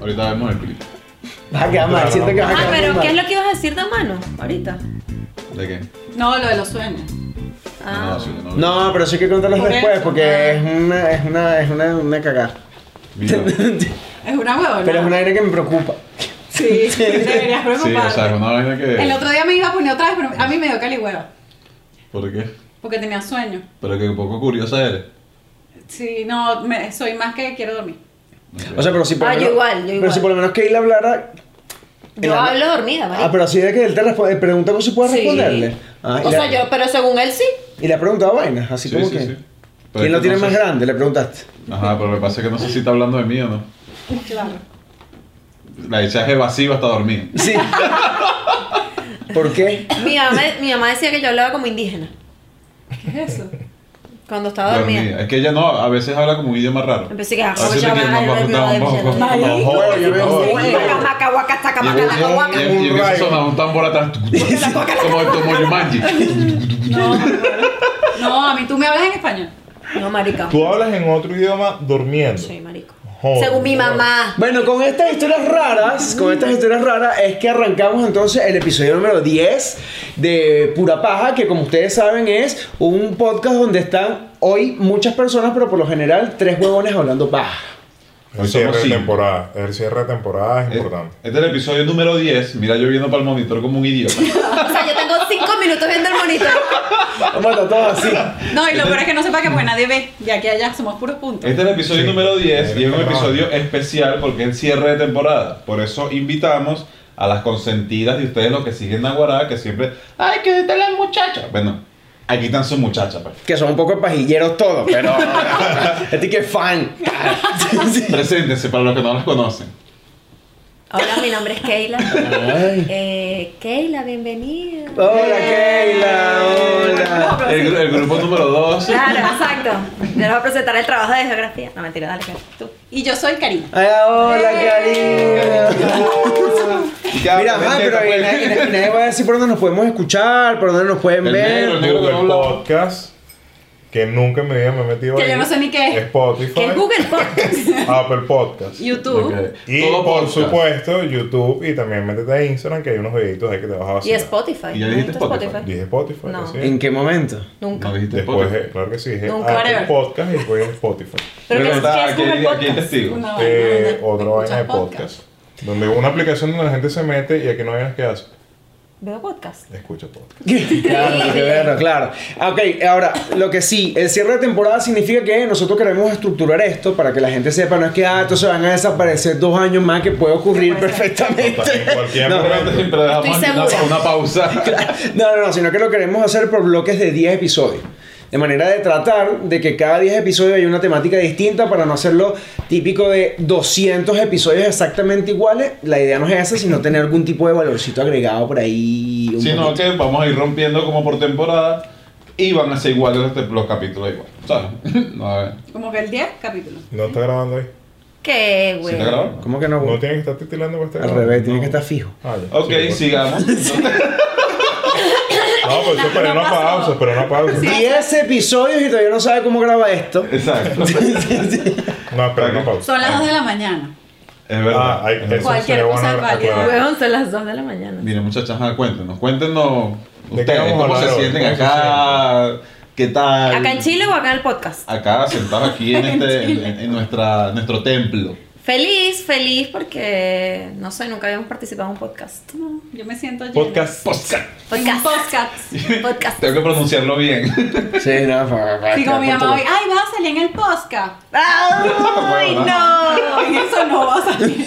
Ahorita vemos el clip. Vas a quedar mal, siento que vas a Ah, quedar pero muy ¿qué es mal. lo que ibas a decir de mano ahorita? ¿De qué? No, lo de los sueños. Ah, sí, no. No, pero sí hay que contarlos Por después eso, porque es una, es una, es una, una cagada. Mira. Es una huevona. Pero es una aire que me preocupa. Sí, deberías Sí, preocuparte. o sea, es una vaina que. El otro día me iba a poner otra vez, pero a mí me dio caligüero. ¿Por qué? Porque tenía sueño. Pero que un poco curiosa eres. Sí, no, me- soy más que quiero dormir. O sea, pero si por Ah, lo yo menos, igual, yo Pero igual. si por lo menos Kayla hablara. en Yo la- hablo dormida, Ah, marico. pero así de que él te responde, pregunta cosas y puedes Sí. responderle. Ah, y o le- sea, yo, pero según él sí. Y le ha preguntado vainas, así Sí, como sí, sí. que. Pero es ¿Quién lo que tiene no más sé- grande? Le preguntaste. Ajá, pero lo que pasa es que no sé si está hablando de mí o no. Claro. La dicha es evasiva hasta dormir. Sí. ¿Por qué? Mi mamá, mi mamá decía que yo hablaba como indígena ¿Qué es eso? cuando estaba dormida. Es que ella no, a veces habla como un idioma raro. Empecé que, ah, A veces "Oye, te quedas más mamá, el bajutado, reloj más de bajo- Michelle". más bajo, y yo veo- Marico, y- Guaca, maca, guaca, taca, y- maca, laca, guaca. y- y- y empieza a sonar un tambor atrás. Como como Yumanji. No, no, a mí tú me hablas en español. No, marica. Tú hablas en otro idioma durmiendo. Soy marico. Joder. Según mi mamá. Bueno, con estas historias raras, con estas historias raras es que arrancamos entonces el episodio número 10 de Pura Paja, que como ustedes saben es un podcast donde están hoy muchas personas, pero por lo general tres huevones hablando paja. El cierre de cinco. temporada. El cierre de temporada es Eh, importante. Este es el episodio número 10. Mira, yo viendo para el monitor como un idiota. O sea, yo tengo cinco minutos viendo el monitor. Vamos a estar todos así. No, y lo peor es que no sepa que pues nadie ve, ya que allá somos puros puntos. Eh. Este es el episodio Sí. Ah. número 10 y es un Perdón. episodio especial porque es el cierre de temporada. Por eso invitamos a las consentidas de ustedes, los que siguen a Guará, que siempre. ¡Ay, que está la muchacha! Bueno, aquí están sus muchachas, pues. Que son un poco pajilleros todos, pero... Este que es fan. Preséntense para los que no las conocen. Hola, mi nombre es Keila. Ay. Oh. Eh, Keila, bienvenida. Hola, Keila, hola. El, gru- el grupo número 2. Claro, exacto. Yo les voy a presentar el trabajo de geografía. No, mentira, dale, Keila, tú. Y yo soy Karina. Ay, hola, cariño. Mira, ajá, pues. pero ahí nadie, nadie- nadie va a decir por dónde nos podemos escuchar, por dónde nos pueden El negro, ver. el negro que no Google hablaba. Podcast, que nunca en mi vida me he metido Que ahí. yo no sé ni qué es. Spotify. Que es Google Podcast. Apple Podcast. YouTube. Ok. Y Todo por podcast. supuesto, YouTube y también métete a Instagram que hay unos videitos ahí que te vas a Y vacilar. Spotify. Y ya dijiste ¿No gusta Spotify. Dije Spotify, No. así es. ¿En qué momento? Nunca. No dijiste Después, Spotify. eh, claro que sí, dije Nunca. Apple Whatever. Podcast y después Spotify. Pero que es, Pregunta, que es aquí- Google aquí hay Podcast. testigos. Una vaina Eh, donde otra escuchas vaina de podcast. Donde una aplicación donde la gente se mete y aquí no hay nada que hace. Veo podcast. Escucha podcast. Claro, claro, claro. Ok, ahora, lo que sí, el cierre de temporada significa que nosotros queremos estructurar esto para que la gente sepa, no es que, ah, entonces van a desaparecer dos años más, que puede ocurrir perfectamente. En cualquier No, momento. Siempre dejamos Estoy una, segura. una pausa. No, no, no, sino que lo queremos hacer por bloques de 10 episodios. De manera de tratar de que cada 10 episodios hay una temática distinta para no hacerlo típico de 200 episodios exactamente iguales. La idea no es esa, sino tener algún tipo de valorcito agregado por ahí. un Sino poquito. que vamos a ir rompiendo como por temporada y van a ser iguales los, te- los capítulos igual. ¿Sabes? No, a ver. Como que el 10 capítulo. No está grabando ahí. Qué ¿Sí güey. está grabando? ¿Cómo que no? No tiene que estar titilando para estar Ah, Al grabando. revés, tiene No. que estar fijo. Ah, ya. Ok, Sí, sigamos. bueno. No, pero eso para No una pasó. pausa, para una pausa. 10 episodios y todavía no sabe cómo graba esto. Exacto. No, pero una pausa. Son las 2 de la mañana. Es Ah, verdad. hay, es eso verdad. Cualquier sería cosa bueno es válida. aclarar. Huevón, son las 2 de la mañana. Mire, muchachas, ajá, cuéntenos. Cuéntenos qué ustedes vamos a cómo se hablar hoy? sienten ¿Cómo se acá. ¿Qué tal? ¿Acá en Chile o acá en el podcast? Acá sentados aquí en, este, en, en nuestra, nuestro templo. Feliz, feliz porque no sé, nunca habíamos participado en un podcast. No, yo me siento llena. Podcast. Podcast. En un Podcast. Podcast. Podcast. Tengo que pronunciarlo bien. Sí, no, fa- fa- Digo, fa- mi mamá hoy, ay, va a salir en el podcast. ¡Ay, no! En eso no va a salir.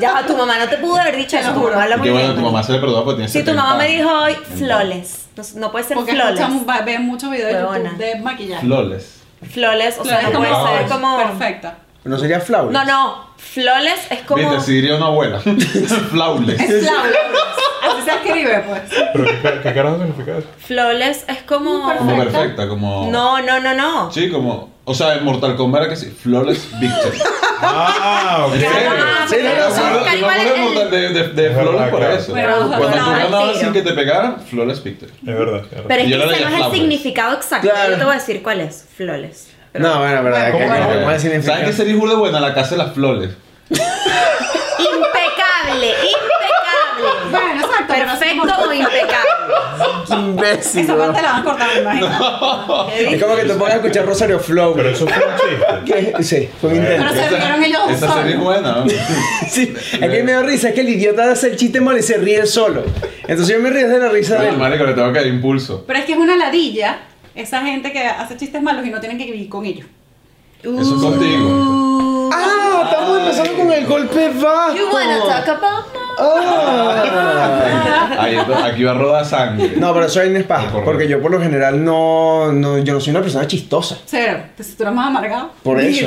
Ya, tu mamá no te pudo haber dicho eso. Tu mamá habla muy Qué bueno, bien. tu mamá se le perdona porque tiene Sí, tu 70 mamá me dijo hoy años. flores. No, no puede ser Porque flores. escuchan- va- ven muchos videos de Huevona. YouTube de maquillaje. Flores. Flores, o sea, Flores no puede como ser flores. como. Perfecta. ¿No sería Flawless? No, no. Flores es como. Viste, si diría una abuela. Flaules. Es flawless. Así se escribe, pues. ¿Pero qué, ca- qué carajo significa eso? Flores es como. Como perfecta, como. No, no, no, no. Sí, como. O O sea, en Mortal Kombat era que sí, Flawless Victory. Ah, ¿En ok. serio? Ah, Sí, no, pero no, eso no, busca no, igual no, el- Mortal de, de, de Es verdad, Flawless por claro. eso. Pero Cuando tú buscaba el ganabas sin tiro. que te pegaran, Flawless Victory. Es verdad. es verdad. Pero es Yo que le ese leía no es el flawless. significado exacto. Claro. Yo te voy a decir cuál es. Flores. No, bueno, verdad. ¿Cómo que- no? que- ¿Cuál es ¿Saben el qué significado? serie burda buena? La Casa de las Flores. Impecable, impecable. Bueno, exacto, pero no sé Perfecto cómo- o impecable. Qué imbécil, Esa weón. parte la van a cortar, me imagino. Es como que te pongas a escuchar Rosario Flow. Pero eso fue un chiste. ¿Qué? Sí, fue un intento. Pero se Esa- rieron ellos dos Esa serie es solos. buena. ¿no? Sí, es que me da risa, es que el idiota hace el chiste mal y se ríe él solo. Entonces yo me río de la risa de Oye, él. marico, le tengo que dar impulso. Pero es que es una ladilla esa gente que hace chistes malos y no tienen que vivir con ellos. Eso es contigo. ¡Ah! Estamos empezando con el golpe bajo. You wanna talk about my- Ah. Ahí, está, aquí va a rodar sangre. No, pero eso ahí no es paja, Correcto. porque yo por lo general no, no, yo no soy una persona chistosa. Cero. Entonces tú eres más amargado. Por eso.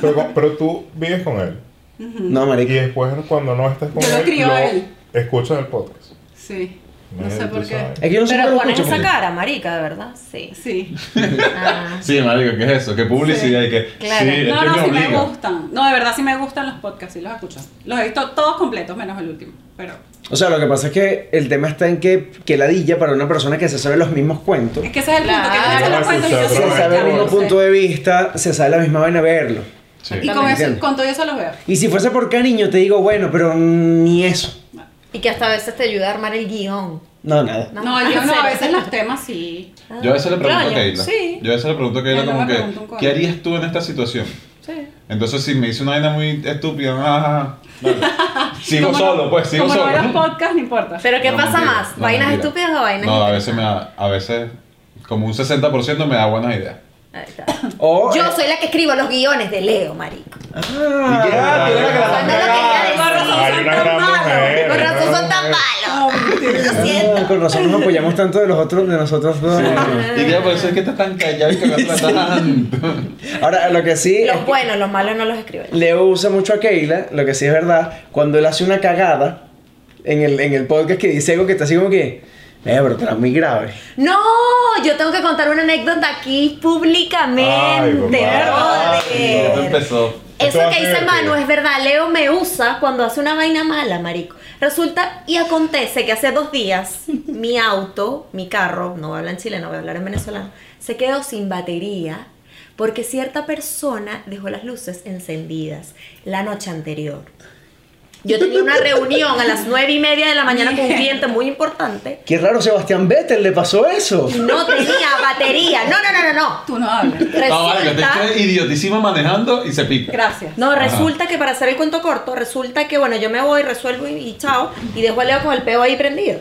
Pero, con- pero tú vives con él. No, Y marica. después, cuando no estás con Yo lo él, crío a él. escuchas el podcast. Sí. No Mira, sé tú por qué. sabes. Es que yo no soy Pero lo pones escucho. esa cara, marica, de verdad. Sí. Sí. Ah. Sí, marico, ¿qué es eso? ¿Qué publicidad? Y que, Claro. Sí, es No, que no, me sí me obliga. gustan. No, de verdad sí me gustan los podcasts, sí los escucho. Los he visto todos completos, menos el último. Pero O sea, lo que pasa es que el tema está en que, que ladilla para una persona que se sabe los mismos cuentos. es que ese es el punto, que Claro. yo no los cuentos y yo Se sí Se los sabe el mismo escucho. Sí. punto de vista, se sabe la misma vaina verlo. Sí. Y con, eso, Entiendo. con todo eso los veo. Y si fuese por cariño, te digo, bueno, pero ni eso. Y que hasta a veces te ayuda a armar el guión. No, nada. No, No, yo no, cero. a veces los temas sí. Yo a veces le pregunto a Claro, Keila. Ah, sí. Yo a veces le pregunto a Keila Él no como me pregunta un que, coño. ¿qué harías tú en esta situación? Sí. Entonces, si me dice una vaina muy estúpida, ah, vale. sigo Como no- solo, pues, sigo como solo. No los podcasts, no importa. Pero ¿qué No, pasa mentira. más? No, ¿Vainas mentira. estúpidas o vainas No, a veces me da, a veces, como un 60% me da buenas ideas. interesantes? Ahí está. O, eh, Yo soy la que escribo los guiones de Leo, marico. Ah. ¿Y qué? Ah, tú eres la que la Cuando lo cagaste. quería decir. Hay una gran Eh. mujer. Con razón son tan No, malos. mentira. Lo Ah, siento. con razón nos apoyamos tanto de los otros, de nosotros dos. Y que por eso es que estás tan callado y cagando tanto. Ahora, lo que sí, es Los que buenos, los malos no los escribo. yo. Leo usa mucho a Keila, lo que sí es verdad, cuando él hace una cagada en el, en el podcast que dice algo que está así como que, eh, pero está muy grave. No, yo tengo que contar una anécdota aquí Ay, públicamente. papá. brother. Todo Ah, empezó. Esto Eso va a que ser dice Manu divertido. es verdad, Leo me usa cuando hace una vaina mala, marico. Resulta y acontece que hace dos días mi auto, mi carro, no voy a hablar en chileno, voy a hablar en venezolano, se quedó sin batería porque cierta persona dejó las luces encendidas la noche anterior. Yo tenía una reunión a las nueve y media de la mañana con un cliente muy importante Qué raro, Sebastián Vettel le pasó eso. y no tenía batería. No, no, no, no, no. Tú no hablas. No, Ah, vale, te Resulta- quedas idiotísimo manejando y se pica. Gracias. No, resulta que para hacer el cuento corto, resulta que bueno, yo me voy, resuelvo y, y chao, y dejo a Leo con el peo ahí prendido.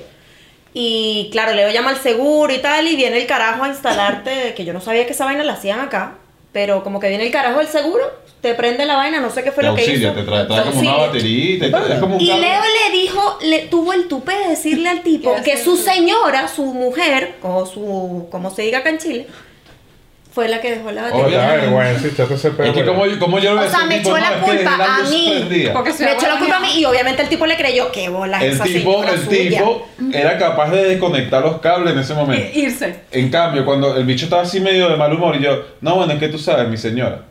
Y claro, Leo llama al seguro y tal, y viene el carajo a instalarte, que yo no sabía que esa vaina la hacían acá, pero como que viene el carajo del seguro, te prende la vaina, no sé qué fue Te lo que auxilia, hizo. te trae, trae Te como una auxilia. baterita y te- es como un Y carro. Leo le dijo, le tuvo el tupé de decirle al tipo ¿Qué que haces su tú? señora, su mujer, o su, como se diga acá en Chile, fue la que dejó la batería. Oye, Oh, da vergüenza, echate ese pedo. Es que como, yo- como yo lo O veo sea, ese me tipo, este echó la no, es que dejé culpa la a luz mí. prendida. Porque se Me echó la abuela culpa a mía. mí y obviamente el tipo le creyó que bolas El esa tipo, señora el suya. tipo era capaz de desconectar los cables en ese momento. I- Irse. En cambio, cuando el bicho estaba así medio de mal humor y yo, no, bueno, es que tú sabes, mi señora.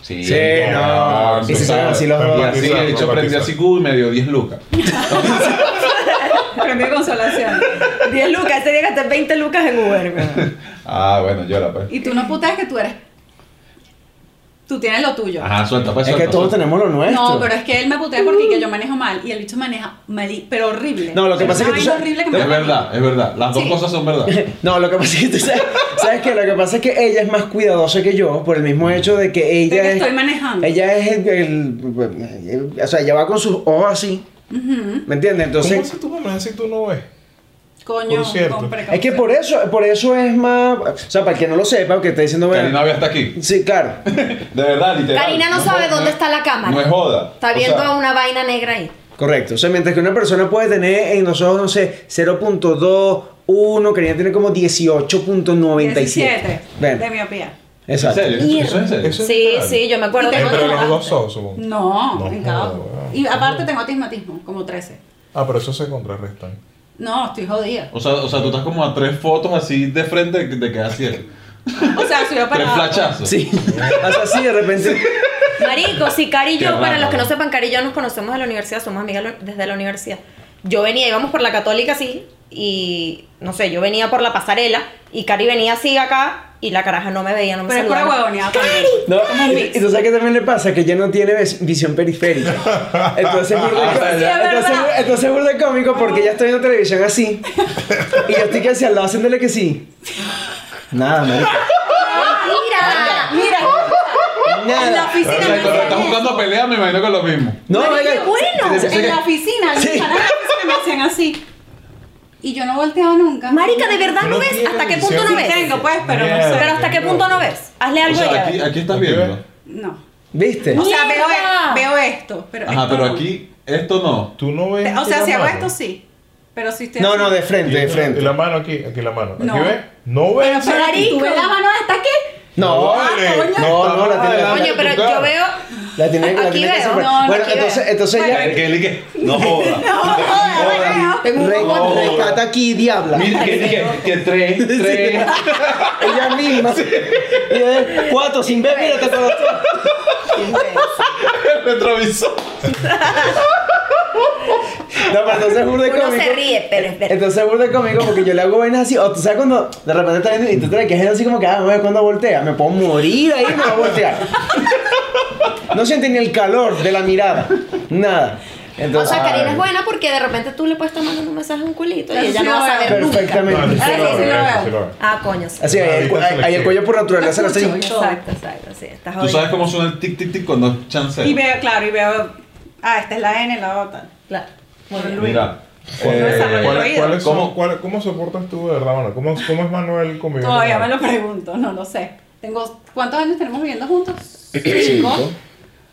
Sí, Sí, no. tú Y si son sabes. así los dos. Y así el bicho Empatizar, prendió así, uy, me dio 10 lucas. Premio de consolación. 10 lucas, ese día gasté 20 lucas en Uber. weón. Ah, bueno, llora pues. Y tú no putas que tú eres. Tú tienes lo tuyo. Ajá, suelta, pues Es suelta, que todos suelta. tenemos lo nuestro. No, pero es que él me putea porque que yo manejo mal y el bicho maneja mal, y- pero horrible. No, lo que Es pasa es que una tú vaina sabes- horrible que me Es da. verdad, es verdad. Las dos Sí. cosas son verdad. No, lo que pasa es que tú sabes, ¿sabes qué? Lo que pasa es que ella es más cuidadosa que yo por el mismo hecho de que ella que es- estoy manejando. Ella es el, el- el- o sea, ella va con sus ojos así. ¿Me entiendes? Entonces, Entonces, ¿Cómo si tú manejas si tú no ves? Coño, Por cierto. con precaución. es que por eso, por eso es más, o sea, para el que no lo sepa, o que esté diciendo Karina bueno, había hasta aquí. Sí, claro. De verdad, literal. Karina no, sabe joda, dónde está la cámara. No es joda. Está O viendo sea, una vaina negra ahí. Correcto. O sea, mientras que una persona puede tener en los ojos, no sé, 0.2, 1, que ella tiene como 18.97. 17 Bueno, de miopía. ¿En exacto. serio? ¿Eso es en serio? Eso es Sí, literal. sí, yo me acuerdo. Pero Entre no los lo dos hace. sos, supongo. No, No, en cada joder, weón. Y aparte tengo autismatismo, como 13. Ah, pero eso se contrarrestan. No, estoy jodida. O sea, o sea, tú estás como a tres fotos así de frente de que así es. O sea, soy Tres operada. flachazos. Sí, hace así de repente. Marico, si Cari y Qué yo, para raro. los que no sepan, Cari y yo nos conocemos de la universidad, somos amigas lo- desde la universidad. Yo venía, íbamos por la católica así, y no sé, yo venía por la pasarela, y Cari venía así acá, y la caraja no me veía, no me Pero es pura saludaba. huevoneada. también. No, Como un y, mix. y tú sabes que también le pasa que ya no tiene ves- visión periférica. Entonces es burda, Ah, cómico- sí, es verdad. entonces, entonces es burda cómico porque ya estoy viendo televisión así. Y yo estoy que hacia al lado haciéndole que sí. Nada, marico. ¡Mira! Mira, en la Nada. oficina O sea, me cuando hacían estás eso. jugando a pelea, me imagino que es lo mismo. No, Marico, venga, qué bueno. te- te- En la oficina, los Sí. panas de la oficina me hacían así. Y yo no volteaba nunca. Marica, ¿de verdad Tú no no ves? tienes ¿Hasta qué visión. punto no Sí ves? tengo, pues, pero no Mierda. sé. Pero ¿hasta qué punto no ves? Hazle O algo sea, ya. aquí, aquí estás viendo. No. ¿Viste? O sea, veo, e- Mierda. veo esto. Pero Ajá, esto pero no. aquí, esto no. Tú no ves. O sea, la si hago mano? esto, sí. Pero si estoy No, así- no, de Y frente, de la- Y frente. la mano aquí, aquí la mano. No. ¿Aquí ves? No Pero, ves. pero, Marico. ¿tú ves la mano hasta aquí? No, ah, Vale, coño. no, no, la tiene- Coño, pero yo veo. la tiene, la Aquí tiene que veo. separar. No, no, Bueno, aquí entonces, veo. entonces Bueno, ya. aquí Kelly, que no joda. No, joda, veo. Tengo un Re- poco de- rescata aquí, diabla. Mira, Kelly, que, que tres, tres. Ella misma. Y es, cuatro, sin ver, mira, te conocí. El retrovisor. No, pero entonces burde Uno cómico. se ríe, pero es verdad. Entonces burde cómico porque yo le hago vainas así. O tú sabes cuando de repente está viendo y tú te la quejas así como que, ah, a ver cuándo voltea. Me puedo morir ahí, me voy a voltear. No siente ni el calor de la mirada. Nada. O Entonces, sea, Karina Ay. es buena porque de repente tú le puedes estar mandando un mensaje a un culito y Eso ella sí no va a lo veo. saber nunca. perfectamente. No, eso sí Ah, lo sí, sí veo, lo eso veo. sí lo veo. Ah, coño. sí. Así, ahí, el, ahí- ahí el cuello por naturaleza lo hace así. Exacto, exacto, sí. Estás Tú sabes jodido. cómo suena el tic, tic, tic cuando es chance. Y veo, claro, y veo. Ah, esta es la N, la otra. Claro. Muy bien. Mira. No eh, desarrollo el ¿Cuál- oído. cuáles son- ¿Cómo? cuál- ¿Cómo soportas tú, de verdad, mano? ¿Cómo, cómo es Manuel conmigo? Todavía me lo pregunto, no lo sé. Tengo, ¿Cuántos años tenemos viviendo juntos? ¿Cinco?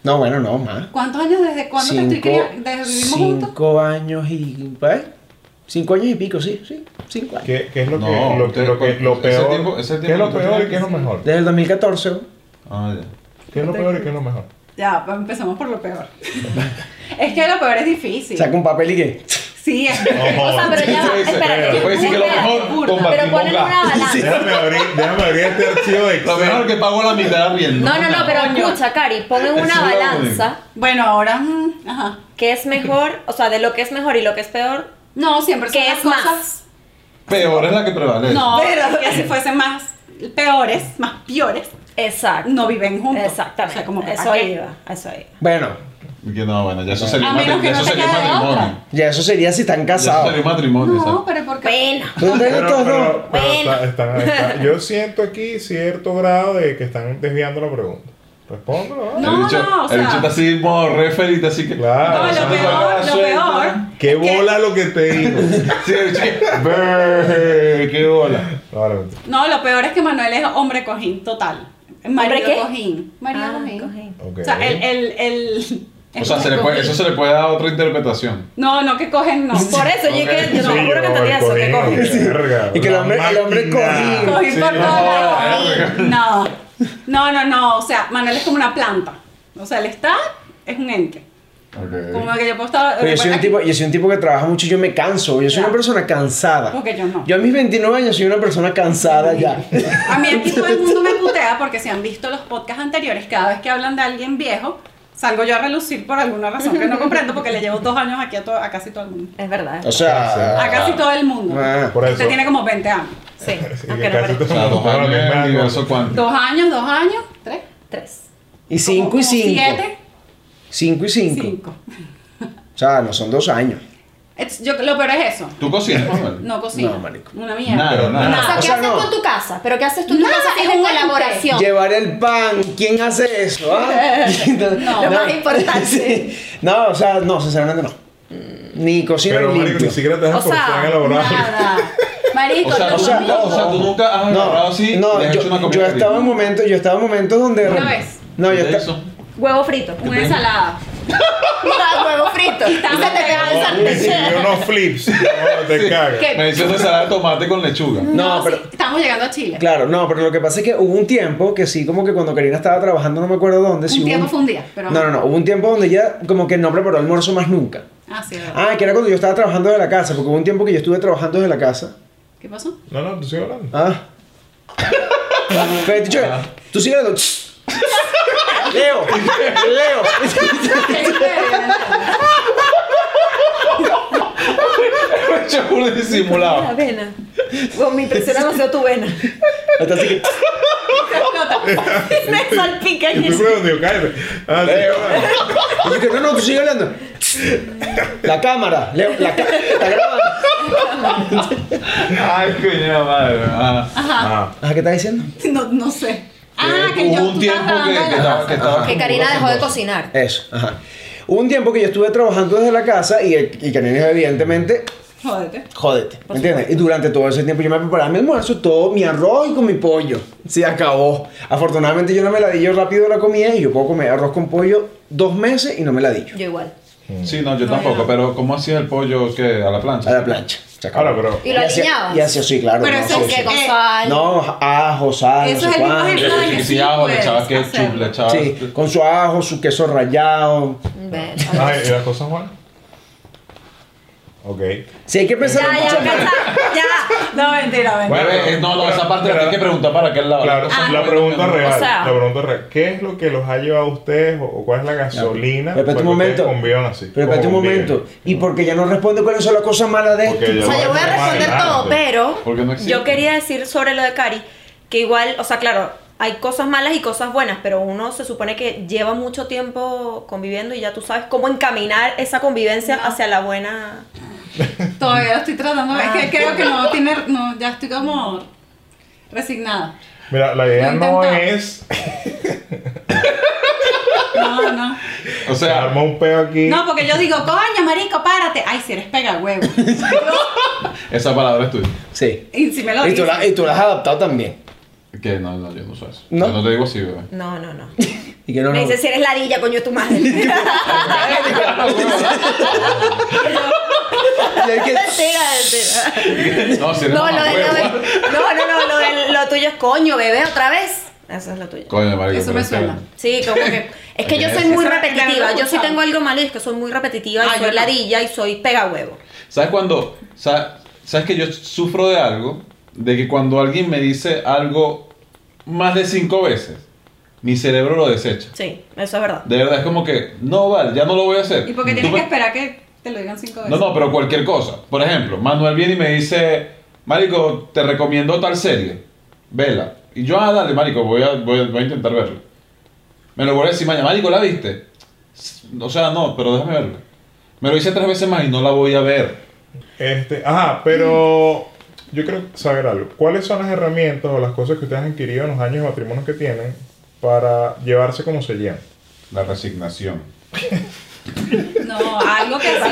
No, bueno, no, más. ¿Cuántos años desde cuándo te estoy criando? ¿Desde vivimos juntos? cinco años y. ¿eh? Cinco años y pico, sí, sí. Cinco años. ¿Qué, qué es lo que, No, lo, usted- lo que- lo ese peor? tiempo- ese ¿Qué es lo tiempo que peor y ustedes- qué es lo mejor? Desde el 2014. ¿no? Ah, ya. ¿Qué es lo peor y qué es lo mejor? Ya, pues empezamos por lo peor. es que lo peor es difícil. Saca un papel y qué. Sí, es. O sea, pero ya, va, Sí, sí, espérate. sí, puedes decir que lo mejor burda. Pero ponen compartimos una balanza. Déjame abrir, déjame abrir este archivo de Lo mejor que pago la mitad riendo. No, no, no, pero Coño. escucha, Cari, ponen Eso una es lo balanza Bueno, ahora. mm, Ajá. que es mejor, o sea, de lo que es mejor y lo que es peor. No, siempre son ¿Qué las es cosas. más? Peor es la que prevalece. No, Pero- que si fuesen más peores, más peores, Exacto. no viven juntos. Exactamente. O sea, como que eso ¿para qué? iba, eso iba. Bueno, Y que no, bueno, ya eso sería A un menos matri- que ya no eso te sería un quede matrimonio. otra. ya eso sería si están Ya eso casados. sería un matrimonio. No, ¿sabes? pero porque. Pena. ¿Dónde están Pero, estos dos? pero- pero Bueno. está- está- está- yo siento aquí cierto grado de que están desviando la pregunta. Respondo, ¿no? No, el bicho, no, o el sea- bicho está así, modo re feliz, así que. Claro. No, eso lo me peor, lo peor. ¡Qué es que- bola lo que te digo! Sí, el bicho que, "Brr, ¡Qué bola! No, vale, mentira. No, lo peor es que Manuel es hombre cojín total. Marido qué? cojín. Marido Ah, cojín. cojín. Ok. O sea, el, el, el, O sea, se le puede, eso se le puede dar otra interpretación. No, no, que cogen no. Por eso yo que yo no Sí, me juro que yo, entendí eso, que el coge. cojín, verga, Y que el una hombre- el hombre máquina. cojín. Cojín Sí, por no, todos lados. verga. No. No, no, no. O sea, Manuel es como una planta. O sea, él está, es un ente. Como que yo puedo estar. Pero yo soy, un tipo, yo soy un tipo que trabaja mucho y yo me canso. Yo soy una Claro. persona cansada. Porque yo no. Yo a mis 29 años soy una persona cansada ya. A mí aquí todo el mundo me putea porque si han visto los podcasts anteriores, cada vez que hablan de alguien viejo, salgo yo a relucir por alguna razón que no comprendo porque le llevo dos años aquí a, to- a casi todo el mundo. Es verdad. O sea. A casi todo el mundo. Ah. Por Usted eso. tiene como 20 años. Sí, Sí, que aunque no casi parezca. O sea, dos Para años mí en me el da universo como- cuántico. Dos años, dos años, tres. Tres. Y 5 como- y como 5. Siete, 5 y 5. cinco. O sea, no son dos años. Es- yo, lo peor es eso. ¿Tú cocinas, Manuel? No cocino. No, marico. Una mierda. Nada, O sea, nada. ¿qué O sea, haces no. con tu casa? ¿Pero qué haces tú en tu Nada, casa? es Es en un colaboración. Llevar el pan, ¿quién hace eso? ah? lo más importante. Sí. No, o sea, no, sinceramente no. Ni cocina Pero, ni marico, limpio. ni siquiera te O das por sea, tan elaborado. Nada. Marico, O sea, no, o sea, conmigo. no, o sea, tú nunca has agarrado así no, y has yo, hecho una comida yo rica. estaba en momentos, yo estaba en momentos donde Una vez. No, yo estaba Eso. Huevo frito. una ensalada. Huevo frito. Y se te pegaba el Me sándwich. sirvió unos flips. No, te cagas. ¿Qué? Me hizo una ensalada de tomate con lechuga. No, pero- sí, estamos llegando a Chile. Claro, no, pero lo que pasa es que hubo un tiempo que sí, como que cuando Karina estaba trabajando, no me acuerdo dónde. sí Un hubo tiempo fue un día, pero. No, no, no, hubo un tiempo donde ella como que no preparó almuerzo más nunca. Ah, sí, verdad. Ah, que era cuando yo estaba trabajando desde la casa, porque hubo un tiempo que yo estuve trabajando desde la casa. ¿Qué pasó? No, no, tú sigues hablando. Ah. Pero dicho, tú sigues dando. Leo, Leo. Yo juro La disimulado. vena. Bueno, me impresiona demasiado tu vena. Hasta así que. Me salpica Y aquí. tú preguntas, yo, cállate. Ah, sí, Eh, bueno. Así que, no, no, tú sigues hablando. La cámara, Leo, la cámara. Está grabando. Ay, coño, madre. Ah, ah. Ajá, ¿qué estás diciendo? No, no sé. Ah, Eh, que hubo yo un tú tiempo que, estabas que grabando la- estaba, que estaba Que Karina dejó de cocinar. Eso, ajá. Hubo un tiempo que yo estuve trabajando desde la casa y, y Karina dijo, evidentemente, Jódete. jódete, ¿me entiendes? Y durante todo ese tiempo yo me preparaba mi almuerzo, todo mi arroz y con mi pollo. Se acabó. Afortunadamente yo no me ladillo rápido la comida y yo puedo comer arroz con pollo dos meses y no me ladillo. Yo igual. Sí, no, yo tampoco, pero ¿cómo hacías el pollo que a la plancha? A la plancha. Se acabó. Ahora, pero. ¿Y lo así- aliñabas? Y así, sí, claro. Pero no, eso sí, es Que sí. con Eh, sal. No, ajo, sal, Eso no sé es el mismo cuánto. Sí, ejemplo. sí, sí, sí, ajo, le echabas puedes ketchup, le este. echabas. Ah, Sí, con su ajo, su queso rallado. Ven. Ay, ¿y las cosas mal? Ok. Sí, hay que pensar Ya, en ya, muchas cosas. ya. ya. No, mentira, mentira. Bueno, eh, no, no, esa parte la Claro. tienes que preguntar para aquel lado. Claro, Ah, Las cosas la buenas pregunta que no- real. Ah, o sea- la pregunta real. ¿Qué es lo que los ha llevado a ustedes o, o cuál es la gasolina? Pero espérate un por la que ustedes momento. convivan así. Pero espérate un ¿Cómo conviven? momento. Y porque ya no responde cuáles son las cosas malas de Porque esto. ya O sea, yo voy a responder Adelante. todo, pues, Porque pero no existe. yo quería decir sobre lo de Cari, que igual, o sea, claro, hay cosas malas y cosas buenas, pero uno se supone que lleva mucho tiempo conviviendo y ya tú sabes cómo encaminar esa convivencia hacia la buena. Todavía lo estoy tratando. Ah. Es que creo que no tiene. No, ya estoy como resignada. Mira, la Lo idea he no intentado. es No, no. O se sea, arma un peo aquí. No, porque yo digo, coño, marico, párate. Ay, si eres pega huevo. esa palabra es tuya. Sí. Y si me lo Y tú, dices. la- y tú las has adaptado también. Que no, no, yo no uso eso. ¿No? Yo no te digo así, bebé. No, no, no. Y que no, Me no. dice si eres ladilla, coño, tu madre. Y hay que- mentira, mentira. No, si eres pues, No, lo de, lo mamahuevo. de- no, no, no, lo, de- lo tuyo es coño, bebé, otra vez. Eso es lo tuyo. Coño, marico. Eso pero me es suena. que- Sí, como que. Es que yo soy muy repetitiva. Yo sí tengo algo malo y es que soy muy repetitiva Ah, y yo soy no. ladilla y soy pega huevo. ¿Sabes cuando? sa- ¿Sabes que yo sufro de algo? De que cuando alguien me dice algo más de cinco veces, mi cerebro lo desecha. Sí, eso es verdad. De verdad, es como que, no, vale, ya no lo voy a hacer. ¿Y porque Tú tienes que me- esperar que te lo digan cinco veces? No, no, pero cualquier cosa. Por ejemplo, Manuel viene y me dice, Marico, te recomiendo tal serie. Vela. Y yo, ah, dale, Marico, voy a, voy a, voy a intentar verlo. Me lo voy a decir mañana, Marico, ¿la viste? S- O sea, no, pero déjame verla. Me lo hice tres veces más y no la voy a ver. Este, ajá, pero yo quiero saber algo. ¿Cuáles son las herramientas o las cosas que ustedes han adquirido en los años de matrimonio que tienen para llevarse como se llevan? La resignación. No, algo que sí.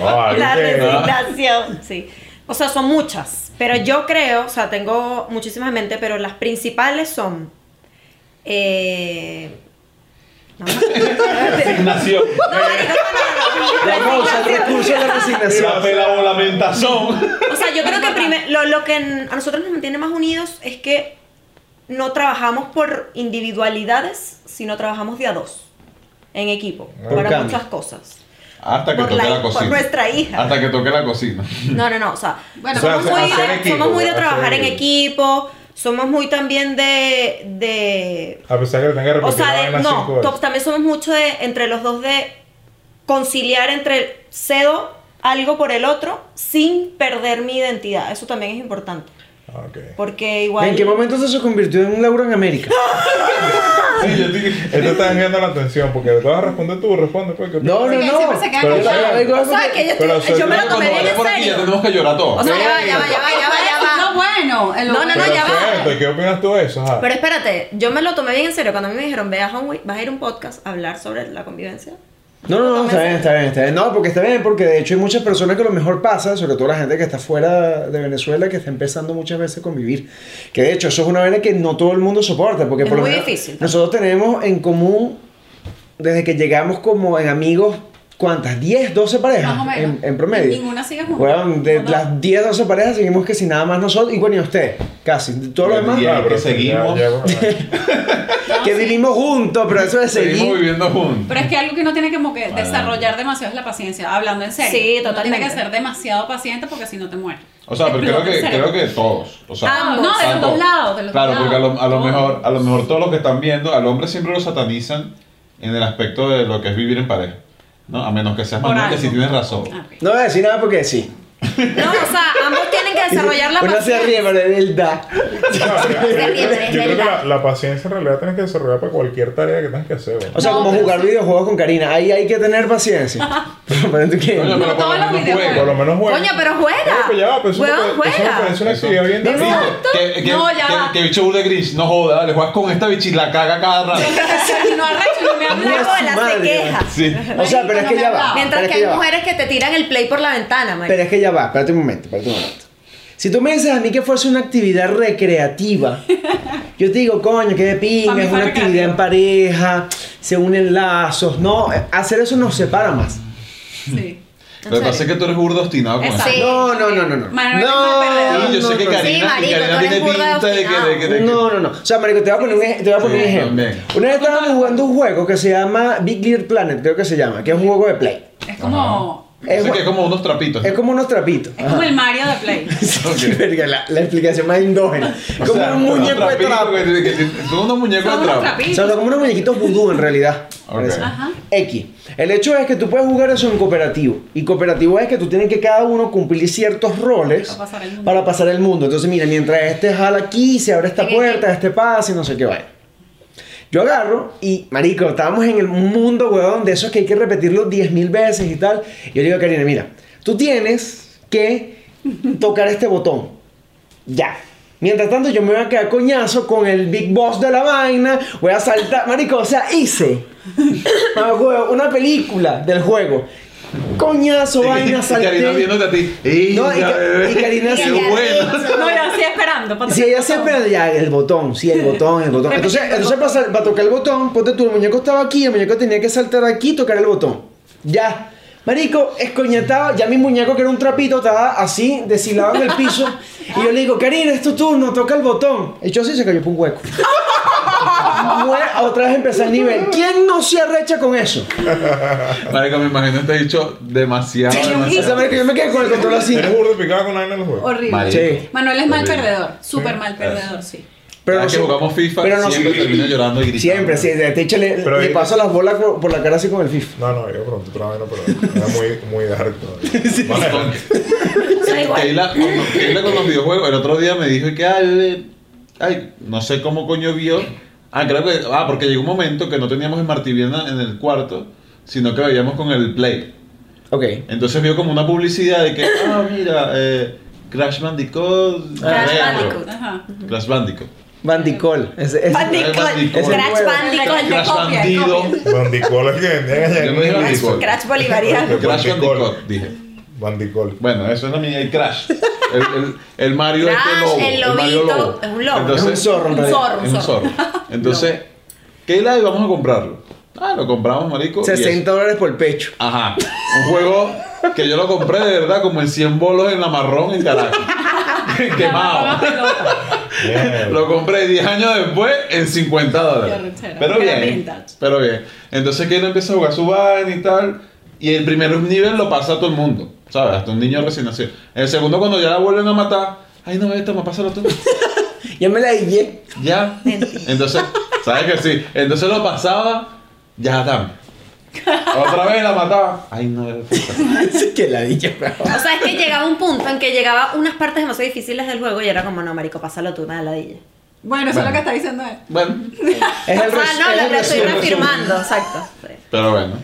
No, algo La Oh, que- resignación, sí. O sea, son muchas. Pero yo creo, o sea, tengo muchísimas en mente, pero las principales son. Eh. No, no, Resignación. La cosa, el recurso de la la resignación. pela o lamentación. O sea, yo creo que primer- lo, lo que a nosotros nos mantiene más unidos es que no trabajamos por individualidades, sino trabajamos de a dos, en equipo, Por para cambio. muchas cosas. Hasta que Por toque la- la, por cocina. nuestra hija. Hasta que toque la cocina. No, no, no, o sea, Bueno, O sea, somos, hacer- muy hacer de, equipo, somos muy de hacer trabajar en equipo. equipo, somos muy también de- de A pesar que tenga que O repetir la sea, de- vaina no, cinco veces. to- también somos mucho de, entre los dos de conciliar entre cedo algo por el otro sin perder mi identidad. Eso también es importante. Ah, ok. Porque igual... ¿En qué momento eso se convirtió en un laburo en América? Sí, yo estoy- Esto está enviando la atención porque te vas a responder tú, responde pues. que- No, no, Porque siempre no. se queda Pero Yo la- callado. la- la- O sea, que yo, estoy- Pero, o sea, yo me yo lo no tomé Cuando bien vale en por aquí ya serio. tenemos que llorar O todos. sea, ya va, ya va, ya va, ya va, ya va. Lo bueno. el No, bueno. no, Pero ya va. espérate, ¿Qué opinas tú de eso? Ajá. Pero espérate, yo me lo tomé bien en serio. Cuando a mí me dijeron, ve a Homewood, vas a ir a un podcast a hablar sobre la convivencia. No, no, no, está bien, está bien, está bien. No, porque está bien, porque de hecho hay muchas personas que lo mejor pasa, sobre todo la gente que está fuera de Venezuela, que está empezando muchas veces a convivir. Que de hecho eso es una vaina que no todo el mundo soporta, porque Es por lo muy menos difícil. nosotros tenemos en común, desde que llegamos como en amigos ¿Cuántas? ¿10, 12 parejas? Más o menos. En, en promedio. Y ninguna sigue junta. Bueno, de No, no. las 10, 12 parejas seguimos que sin nada más nosotros. Y bueno, y usted, casi. Todo lo Bueno, demás. y ahí que Ah, sí, seguimos. ya- ya, bueno. Que vivimos juntos, pero eso de Seguimos seguir. viviendo juntos. Pero es que algo que uno tiene como Ah. que desarrollar demasiado es la paciencia, hablando en serio. Sí, Uno Tiene totalmente. que ser demasiado paciente porque si no te mueres. O sea, pero creo Explota que, el cerebro. creo que todos. O sea, Ah, no, de los tanto- dos lados, de los claro, dos porque a lo, lados. a lo No. mejor, a lo mejor todos los que están viendo, al hombre siempre lo satanizan en el aspecto de lo que es vivir en pareja. ¿no? A menos que seas Por Manuel, que algo. si tienes razón. Ah, ok. No voy a decir nada porque sí. No, o sea, ambos tienen que desarrollar la Uno se paciencia. ríe, pero es verdad. es Yo creo que verdad. la, la paciencia en realidad tienes que desarrollar para cualquier tarea que tengas que hacer. bueno. O sea, No, como pero jugar sí. videojuegos con Karina. Ahí hay que tener paciencia. pero tú qué. Coño, No pero por todos lo los menos videojuegos. Por lo juego. menos bueno. Coño, pero Oye, juega. pues ya va, pero eso Huevón, me pare- eso me juega. parece una actividad bien Digo, divertida. Que, que, No, ya que- va. que bicho burda de gris, no joda, dale, juegas con esta bichi, la caga cada rato. Y no arrecho, ni me No La es hablas. cola madre. se queja. Sí. O sea, pero es que ya va. Mientras pero que es ya hay va. mujeres pues. que te tiran el play por la ventana, marico. Pero es que ya va, espérate un momento, espérate un momento. Si tú me dices a mí que fuese una actividad recreativa, yo te digo, coño, qué de Pa' mí pinga, es una fue recreativo. actividad en pareja, se unen lazos, no, eh, hacer eso nos separa más. Sí. Lo que pasa es que tú eres burdo obstinado con Exacto. eso. Sí. No, no, no, no, no. Manuel es no, más perdedor. Y yo sé que no, no. Karina, Sí, que marico, Karina tú eres tiene burda de pinta de que, de que- de que- No, no, no. O sea, Marico, te voy a poner un, ej- te voy a poner un Sí, ejemplo. también. Una vez estábamos jugando un juego que se llama Big Little Planet, creo que se llama, que es un juego de play. Es como. Es, Yo sé que es como unos trapitos. es como unos trapitos. Ah, Es como el Mario de Play. Ajá. Verga, la, la explicación más indógena. O Como sea, un unos muñeco de trapitos trapo. que- que- que- Son unos muñecos Son de unos trapo. O sea, trapitos. como unos muñequitos vudú en realidad. Ok. Parece. Ajá. X. El hecho es que tú puedes jugar eso en cooperativo. Y cooperativo es que tú tienes que cada uno cumplir ciertos roles Para pasar el mundo. para pasar el mundo. Entonces, mira, mientras este jala aquí, se abre esta Ok, ok. puerta, este pasa y no sé qué vaya. Yo agarro y, marico, estábamos en el mundo, weón, de esos que hay que repetirlo 10.000 veces y tal. Y yo le digo a Karina, mira, tú tienes que tocar este botón. Ya. Mientras tanto, yo me voy a quedar coñazo con el Big Boss de la vaina. Voy a saltar. Marico, o sea, hice ah, weón, una película del juego. Coñazo, Y- vaina, y Karina salté. viéndote a ti. No, y ya, Ka- bebé. y Karina Qué así- bueno. No, yo así esperando. para Si tocar ella el se botón. espera ya el botón, sí, el botón, el botón. Entonces, Repetido. entonces para, sal- para tocar el botón, ponte tú, el muñeco estaba aquí, el muñeco tenía que saltar aquí y tocar el botón. Ya. Marico, escoñetado, ya mi muñeco que era un trapito estaba así, deshilado en el piso. y yo le digo, Karina, es tu turno, toca el botón. Y yo así se cayó por un hueco. Mue- Otra vez empecé el nivel. ¿Quién no se arrecha con eso? Marico, me imagino este dicho demasiado, Sí, un O sea, demasiado. marico, yo me quedé con el control así. Eres burdo picado con la vaina en los juegos. Horrible. Marico. Manuel es mal Horrible. perdedor. Súper mal perdedor, sí. Cada que sí- jugamos FIFA, pero no siempre sí- termina llorando y gritando. Siempre, sí, de hecho le, Pero le ahí- paso las bolas por, por la cara así con el FIFA. No, no, yo pronto otra vaina, pero era muy, muy dark todavía. Vale. Soy igual. Keila, con los- Keila con los videojuegos, el otro día me dijo que, ay, bebé, ay, no sé cómo coño vio. Ah, creo que, ah, porque llegó un momento que no teníamos Martiviana en el cuarto, sino que veíamos con el Play. Ok. Entonces vio como una publicidad de que, ah, mira, eh, Crash Bandicoot. Crash retro". Bandicoot. Ajá. Crash Bandicoot. Bandicol. Ese- ese- Bandicoot. Bandicoot. Crash Ese Bandicoot. Crash copia, de Bandido. Bandicol es que vendían allá Yo en no dije Lima. Bandicoot. Crash bolivariano. Crash Bandicoot. Bandicoot, dije. Bandicol. Bueno, eso es la mía, el Crash. El, el, el Mario Crash, este lobo. el Mario lobito, lobo. es un lobo. Entonces, Es un zorro, en Un realidad. zorro, Es un zorro. Entonces, ¿qué la vamos a comprarlo? Ah, lo compramos, marico. y eso. 60 dólares por pecho. Ajá. Un juego que yo lo compré de verdad como en 100 bolos en la marrón en Caracas. Quemado. Bien. Lo compré 10 años después en 50 Qué dólares. arrechera. Pero Qué bien. vintage. Pero bien. Entonces que él empieza a jugar su vaina y tal. Y el primer nivel lo pasa a todo el mundo. ¿Sabes? Hasta un niño recién nacido. El segundo cuando ya la vuelven a matar. Ay no, esta me pasa lo tú. Ya me la dije. Ya. Entonces, ¿sabes que sí? Entonces lo pasaba. Ya dame. Otra vez la mataba. Ay no, era puta. que la dije. O sea, es que llegaba un punto en que llegaba unas partes demasiado difíciles del juego y era como, no, marico, pásalo tú, me da ladilla. Bueno, eso es Bueno. lo que está diciendo él. Bueno. Es el o sea, res- Ah, no, es lo, el lo estoy resumen. reafirmando, exacto. Sí. Pero bueno.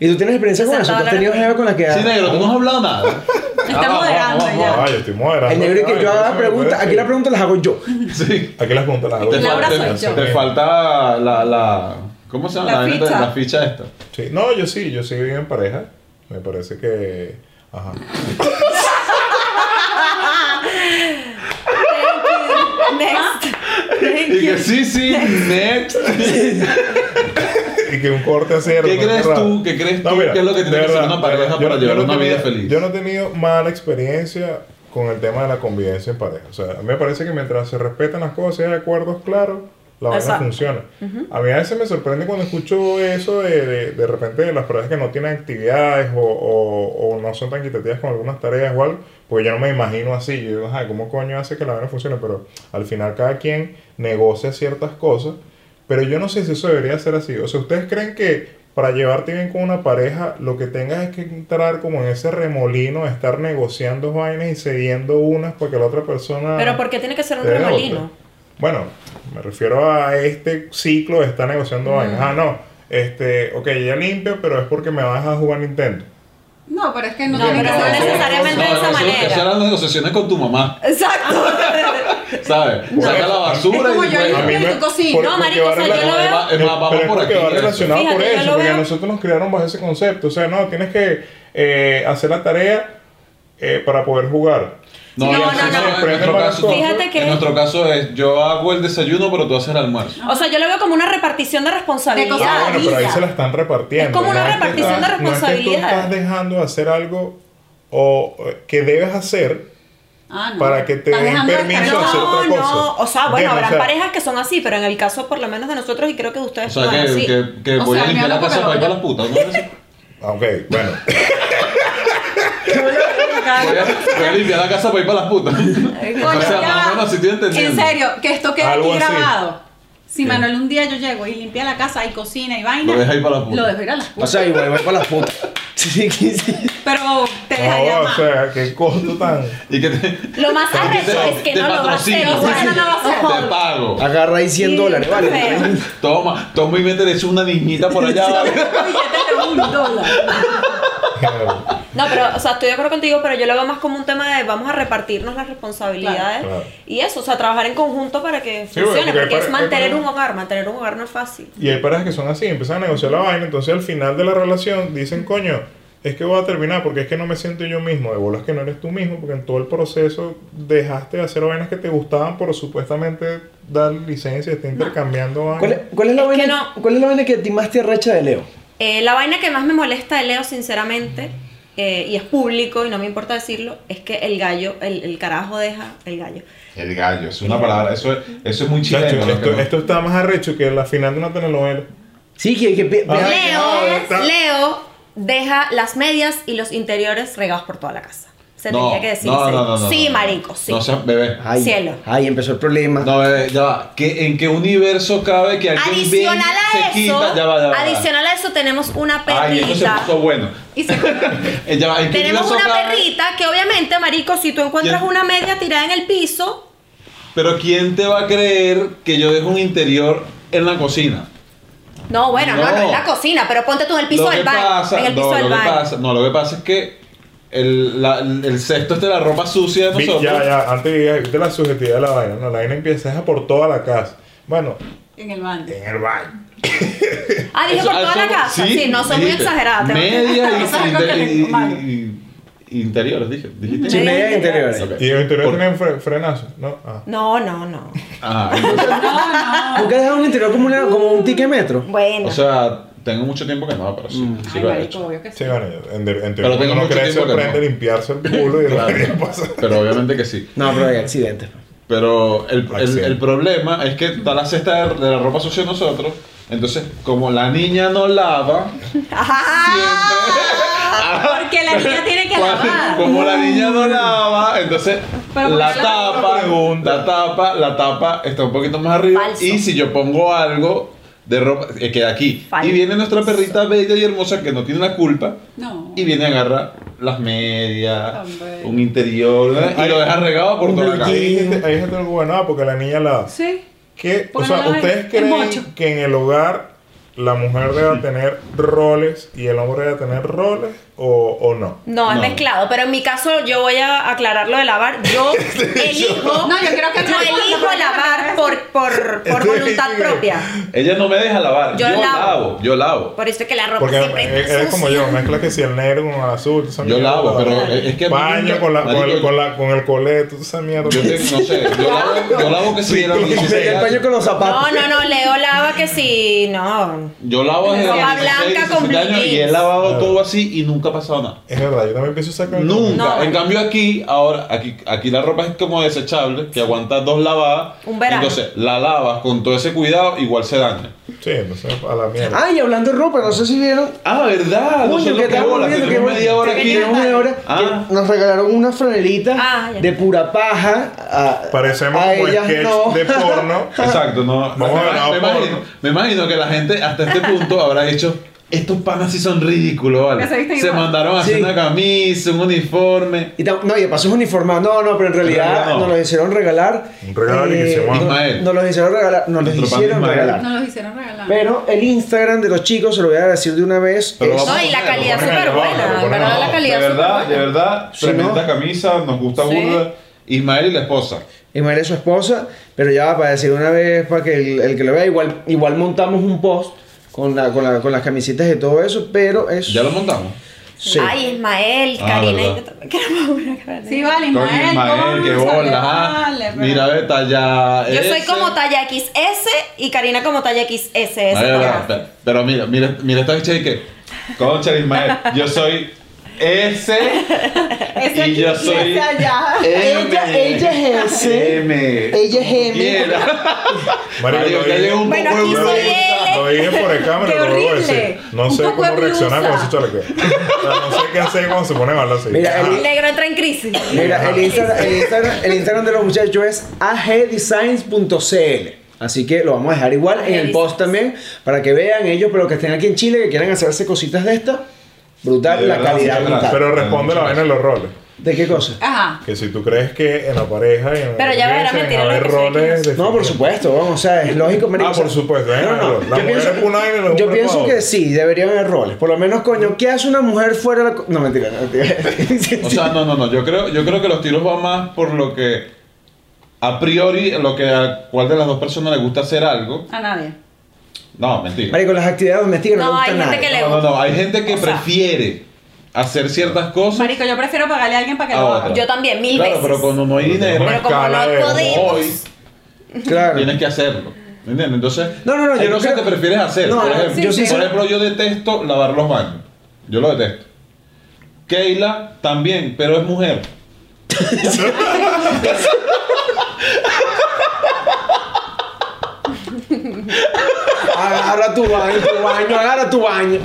Y tú tienes experiencia con 60 eso. Tú has dólares. tenido jeva con la que. Sí, negro, tú no has hablado nada. Está Ah, moderando vamos, ya. Ah, yo estoy moderando. El negro y que Ay, yo eso haga me preguntas. parece- Aquí las preguntas las hago yo. vamos. Sí. Aquí las preguntas las hago. Ah, Te, yo. Laura falta- soy te- yo. te falta la, la. ¿Cómo se llama? La vaina de- ficha. la ficha esta. Sí. No, yo sí, yo sí vivo en pareja. Me parece que. Ajá. Next. Y que sí, sí, next. y que un corte así. de ¿Qué repente crees raro. tú? ¿Qué crees tú? mira, ¿Qué es lo que de tiene que hacer verdad, una de pareja verdad, para llevar no una tenía- vida feliz? Yo no he tenido mala experiencia con el tema de la convivencia en pareja. O sea, a mí me parece que mientras se respetan las cosas y hay acuerdos claros, la vaina Exacto. funciona. A mí a veces me sorprende cuando escucho eso de, de, de repente de las parejas que no tienen actividades o, o- o no son tan equitativas con algunas tareas o algo, porque yo no me imagino así. Yo digo, "Ajá, ¿cómo coño hace que la vaina funcione? Pero al final cada quien negocia ciertas cosas. Pero yo no sé si eso debería ser así. O sea, ¿ustedes creen que para llevarte bien con una pareja, lo que tengas es que entrar como en ese remolino de estar negociando vainas y cediendo unas para que la otra persona... Pero ¿por qué tiene que ser un Te debe pues. remolino? otra. pues, Bueno, me refiero a este ciclo de estar negociando vainas. Ah, no. Este, ok, ya limpio, pero es porque me vas a dejar jugar Nintendo. No, pero es que no, No, tiene pero que no ser necesariamente de esa eso- manera. Esas eran las negociaciones con tu mamá, Exacto. ¿sabes? Saca la basura Es como y yo juega. limpio. me- tú cocinas. por- No, porque marico, va o sea, yo rela- lo veo- Es más, vamos pero es por porque aquí, va eso. relacionado Fíjate, por yo eso, lo porque veo- nosotros nos criaron bajo ese concepto. O sea, no, tienes que eh, hacer la tarea eh, para poder jugar. No, y no, así no, se no. desprende Fíjate para nosotros. que- En nuestro caso es, yo hago el desayuno, pero tú haces el almuerzo. O sea, yo lo veo como una repartición de responsabilidad. De cosas Ah, bueno, pero ahí vida. se la están repartiendo. Es como una No que repartición estás- de No es que tú responsabilidades. estás dejando de hacer algo o eh, que debes hacer Ah, no. para que te Estás den dejando de estar- permiso a No, hacer otra no, cosa. no. O sea, bueno, Entiendo, habrán o sea- parejas que son así, pero en el caso, por lo menos de nosotros, y creo que de O ustedes sea, no es que, así. que, que Ah, O voy sea, a me limpiar la hablo casa con para ir la para las putas. ¿no? Voy Ah, Ok, bueno. a, voy a limpiar la casa para ir para las putas. Coño, o sea, ya más o va. menos así estoy entendiendo. En serio, que esto quede Algo aquí así. grabado. Si Manuel un día yo llego y limpia la casa y cocina y vaina, Lo deja ir para las putas. Lo dejo ir a las O putas. sea, igual voy para las putas. Sí, sí, sí. Pero te deja No, o llamar. sea, qué costo tan. Y que te... Lo más Porque arrecho te- Ah, es que te no lo va a hacer. patrocino. o sea, no lo va a hacer. Te pago. Agarra ahí 100 Sí, dólares, está ¿vale? feo. Toma, toma y métele eso a una niñita por allá. ¿vale? Un billete de un dólar. No, pero, o sea, estoy de acuerdo contigo, pero yo lo veo más como un tema de vamos a repartirnos las responsabilidades Claro, claro. y eso, o sea, trabajar en conjunto para que Sí, funcione, porque porque, hay es pare- hay mantener pare- un hogar, mantener un hogar no es fácil. Y hay parejas que son así, empiezan a negociar la vaina, entonces al final de la relación dicen, coño, es que voy a terminar porque es que no me siento yo mismo, de bolas que no eres tú mismo, porque en todo el proceso dejaste de hacer vainas que te gustaban por supuestamente dar licencia, está intercambiando vainas. ¿Cuál es, cuál es la Es que vaina, no. ¿Cuál es la vaina que a ti más te arrecha de Leo? Eh, la vaina que más me molesta de Leo, sinceramente, eh, y es público y no me importa decirlo, es que el gallo, el, el carajo deja el gallo. El gallo, es una palabra. Eso es, eso es muy Chacho, chileno. lo que esto, no- esto está más arrecho que la final de una telenovela. Sí, que... que pe- Ah. pe- Leo, ya, está. Leo deja las medias y los interiores regados por toda la casa. Se No, tenía que decir. no, sí. no, no, no, sí, no, no. marico, sí. No seas bebé. Ay, Cielo. Ay, empezó el problema. Ah. No, bebé, ya va. ¿Qué, ¿En qué universo cabe que alguien Adicional ven, a se eso, quita? Ya va, ya va. adicional a eso tenemos una Ay, esto se perrita. puso bueno. Y se Eh, ya va, ¿en qué tenemos universo una cabe? perrita que obviamente, marico, si tú encuentras ¿Quién? una media tirada en el piso, Pero ¿quién te va a creer que yo dejo un interior en la cocina? no, bueno, no, no, No. en la cocina, pero ponte tú en el piso Lo del que baño, pasa- en el no, piso lo del que baño. pasa- no, lo que pasa es que el, la- el cesto este de la ropa sucia de Vi- nosotros. Ya, ya, antes de, de la subjetividad de la vaina, no, la vaina empieza es a por toda la casa. Bueno, en el baño. en el baño. Ah, dije Eso- por ah, toda la eso- casa. Sí, no soy muy dijiste. exagerada. tengo que- Media y, Eso es algo que inter- tengo malo. y- y- interiores, dije. dijiste. Sí, Media medias interiores. interiores. Ok. Y el interior Por- tienen fre- frenazo, ¿no? Ah. No, no, no. Ah, entonces- ¿Por qué dejas un interior como, una, como un ticket metro? Bueno. o sea, tengo mucho tiempo que no, pero sí, Mm. sí lo Ay, he marico, hecho. obvio que sí. Sí, bueno, en, en en- Pero tengo uno mucho crece, tiempo que aprende no. a limpiarse el culo y Claro. lo que pasa. Pero obviamente que sí. No, pero hay accidentes. Pero el, el, Acción. el problema es que está la cesta de, de la ropa sucia de nosotros. Entonces, como la niña no lava, Ah. Porque la niña tiene que cuando- lavar. como la niña no lava, entonces Pero ¿por la qué la- tapa, la tapa, la tapa está un poquito más arriba. Falso. Y si yo pongo algo de ropa, eh, queda aquí. Falso. Y viene nuestra perrita bella y hermosa que no tiene la culpa. No. Y viene a agarrar las medias, Hombre. un interior, ¿verdad? y lo deja regado por Un toda la blue casa. Ahí hay gente- hay gente algo bueno, ah, porque la niña la... Sí. ¿Qué? O Porque sea, no la- ¿ustedes es creen mocho. que en el hogar la mujer debe tener roles y el hombre debe tener roles o, o no? No, es No. mezclado, pero en mi caso yo voy a aclarar lo de lavar. Yo elijo, No, yo creo que yo no. elijo lavar por, por, por voluntad propia. Ella no me deja lavar, yo, Yo lavo. lavo, yo lavo. Por eso es que la ropa Porque siempre es, está es como sucia. yo, mezcla que si el negro con el azul, tú sabes Yo mierda, lavo, pero es que a mí Baño nunca- con, la, con, el, marico, con, la, con el coleto, tú sabes mierda. Yo te- no sé, yo lavo, yo lavo que si era Sí, Pegué el paño con los No, zapatos. no, no, Leo lava que si, no, cabrón. Yo lavo desde los Ropa 16, blanca 17 con blue años y he jeans. lavado Claro. todo así y nunca ha pasado nada. Es verdad, yo también empiezo a sacar. Nunca. No. En cambio aquí, ahora, aquí, aquí la ropa es como desechable, que aguanta dos lavadas. Un verano. Entonces, la lavas con todo ese cuidado, igual se daña. Sí, entonces a la mierda. Ay, hablando de ropa, no sé si vieron. Ah, ¿verdad? no sé Coño, lo que que estamos bolas, viendo que tenemos media hora aquí. tenemos media hora, Ah. que nos regalaron unas franelitas Ah, ya. de pura paja. a- Parecemos a como ellas sketch no. de porno. Exacto, no. Vamos me, a ver, me vamos. imagino, me imagino que la gente hasta este punto habrá dicho, estos panas sí son ridículos, ¿vale? Que se visten Se igual. mandaron a hacer Sí. una camisa, un uniforme. Y tam- no, y de paso es uniformado. No, no, pero en realidad, realidad no. nos los hicieron regalar. Eh, Un regalo ¿ah? que se llama no- Ismael. Nos los hicieron regalar. Nos los Nuestro pan hicieron Ismael. regalar. No los hicieron regalar. Pero el Instagram de los chicos, se lo voy a decir de una vez. Pero es- vamos No, y la calidad Lo ponen súper abajo, lo buena. En ponen verdad, abajo. la De calidad verdad, de superbuena. verdad, Sí, tremenda ¿no? camisa, nos gusta Sí. burda. Ismael y la esposa. Ismael es su esposa, pero ya va para decir una vez, para que el, el que lo vea, igual, igual montamos un post con, la, con, la- con las camisitas y todo eso, pero es. Ya lo montamos. Sí. Ay, Ismael, Ah, Karina. y verdad. yo también queremos una Karina. Sí, vale, Coño, Ismael. Ismael, concha, qué bola. ah. vale, pero- Mira, ve, talla. Yo soy S. como talla XS y Karina como talla XS. Vale, vale, pero- Pero mira, mira, mira esta bicha y que. Concha, Ismael, yo soy S. Ese y yo aquí soy. ese allá. M. Ella- ella es S. M. Ella es M. Quiera. Marico, Marico, ya lo dije- llegó un Bueno, poco aquí de soy bruta. L. Lo dije por el cámara, Qué lo vuelvo a horrible. decir. No Un sé poco cómo de reaccionar blusa. con ese chaleco. O sea, no sé qué hacer cuando se pone mal así. Mira, eh, Ajá. el- Negro entra en crisis. Mira, el Instagram, el, Instagram, el Instagram de los muchachos es agdesigns.cl. Así que lo vamos a dejar igual en el post también para que vean ellos, pero que estén aquí en Chile, que quieran hacerse cositas de esta. Brutal De la verdad, muchas calidad. brutal. gracias. Pero responde la vaina de los roles. ¿De qué cosa? Ajá. Que si tú crees que en la pareja y en la Pero ya va, era iglesia, mentira en lo haber que roles se de- No, por supuesto, vamos, o sea, es lógico. marico, Ah, o sea, por supuesto, ¿eh? No, no, La yo mujer pienso, es una y el hombre yo es pienso otra. que sí, deberían haber roles. Por lo menos, coño, ¿qué hace una mujer fuera de la... co- No, mentira, no, mentira. Sí, O sí. sea, no, no, no. Yo creo, yo creo que los tiros van más por lo que. A priori, lo que a cuál de las dos personas le gusta hacer algo. A nadie. No, mentira. Marico, las actividades domésticas no, No, me hay gustan gente nada. que le No, no, gusta. no. Hay gente que O sea- prefiere hacer ciertas cosas. Marico, yo prefiero pagarle a alguien para que A lo otra. haga. Yo también, mil Claro, veces. pero cuando no hay dinero, Pero Pero como escala de no hoy podemos. Claro. tienes que hacerlo. ¿Me entiendes? Entonces, No, no, no, yo hay no cosas creo- que prefieres hacer. No, por no, ejemplo, sí, sí. por ejemplo, yo detesto lavar los baños. Yo lo detesto. Keila también, pero es mujer. Agarra tu baño, tu baño, agarra tu baño.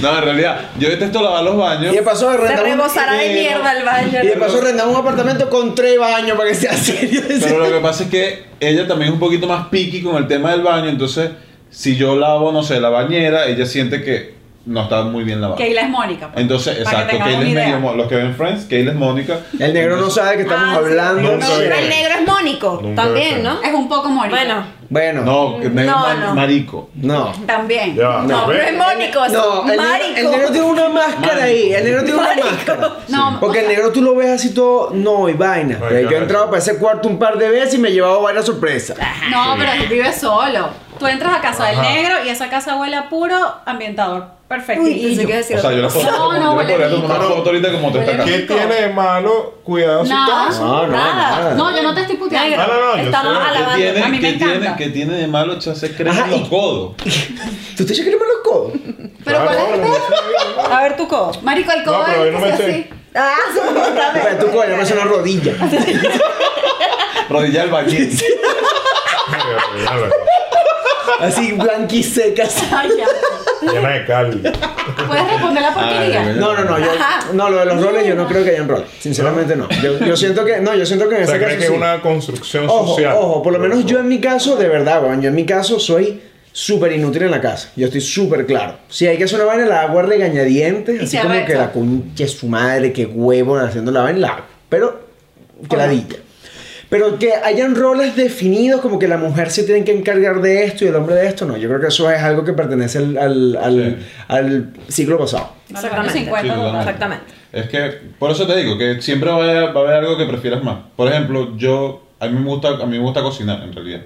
No, en realidad, yo detesto lavar los baños. Y de paso Se rentar rebosará de mierda el baño. Y de paso ¿no? rentar un apartamento con tres baños para que sea serio. Pero lo que pasa es que ella también es un poquito más picky con el tema del baño. Entonces, si yo lavo, no sé, la bañera, ella siente que no está muy bien lavada. Keila es Mónica. pues, Entonces, para exacto, que Keila tengamos es una idea. medio. mo- Los que ven Friends, Keila es Mónica. El negro no Entonces- sabe que estamos Ah, sí, hablando. nunca No, vi. el negro es Mónico Nunca vi. también, ¿no? Es un poco Mónica. Bueno, Bueno, no. No, que negro No, ma- no. marico. No. También. Ya va, no, ¿ves? pero es Mónico, es No, el negro, marico. el negro tiene una máscara ahí. El negro tiene una Marico. máscara. No, Porque el negro tú lo ves así todo, no, y vaina. Ay, Pero yo he claro. entrado para ese cuarto un par de veces y me he llevado varias sorpresas. No, pero él vive solo. Tú entras a casa del Ajá. negro y esa casa huele a puro ambientador. Perfecto. Uy, pensé que iba O a decir sea, yo otra le podría, cosa. No, yo no, le huele podría rico. tomar una foto ahorita como te está Huele acá. ¿Qué Marico. tiene de malo? Cuidado su Nada. casa. No, no, Ah. nada. No, yo no te estoy puteando. No, no, no, yo Estamos sé. ¿Qué alabando. tiene, A mí me qué tiene, encanta. qué tiene de malo echarse crema Ajá, en los y- codos? ¿Tú te echas crema en los codos? Pero ¿cuál Claro, es? no, no, no. A ver tu codo. Marico, el No, codo pero es yo no me así. eché. Ah, soportame. Para tú coño, me hace una rodilla. Rodilla al bañil. Así blanquiseca. así. Ay, ya. Llena de cali. Puedes responder Ah, la porquería. Ay, No, no, no, yo, Ajá. no, lo de los roles yo no creo que hayan roles, sinceramente no. Yo, yo siento que, no, yo siento que en O sea, ese crees caso que es sí. una construcción Ojo, social. ojo, por lo menos yo en mi caso, de verdad, weón, yo en mi caso soy súper inútil en la casa. Yo estoy súper claro. Si hay que hacer una vaina, la hago a regañadientes, Y así se como arrecha. que la concha es su madre, que huevo haciendo la vaina, la hago. Pero, que la dilla. Pero que hayan roles definidos, como que la mujer se tiene que encargar de esto y el hombre de esto, no. Yo creo que eso es algo que pertenece al, al, al- Sí. al siglo pasado. No, los años Exactamente. 50 Sí, totalmente. Pues total. Exactamente. Es que, por eso te digo, que siempre va a, va a haber algo que prefieras más. Por ejemplo, yo, a mí, me gusta, a mí me gusta cocinar, en realidad.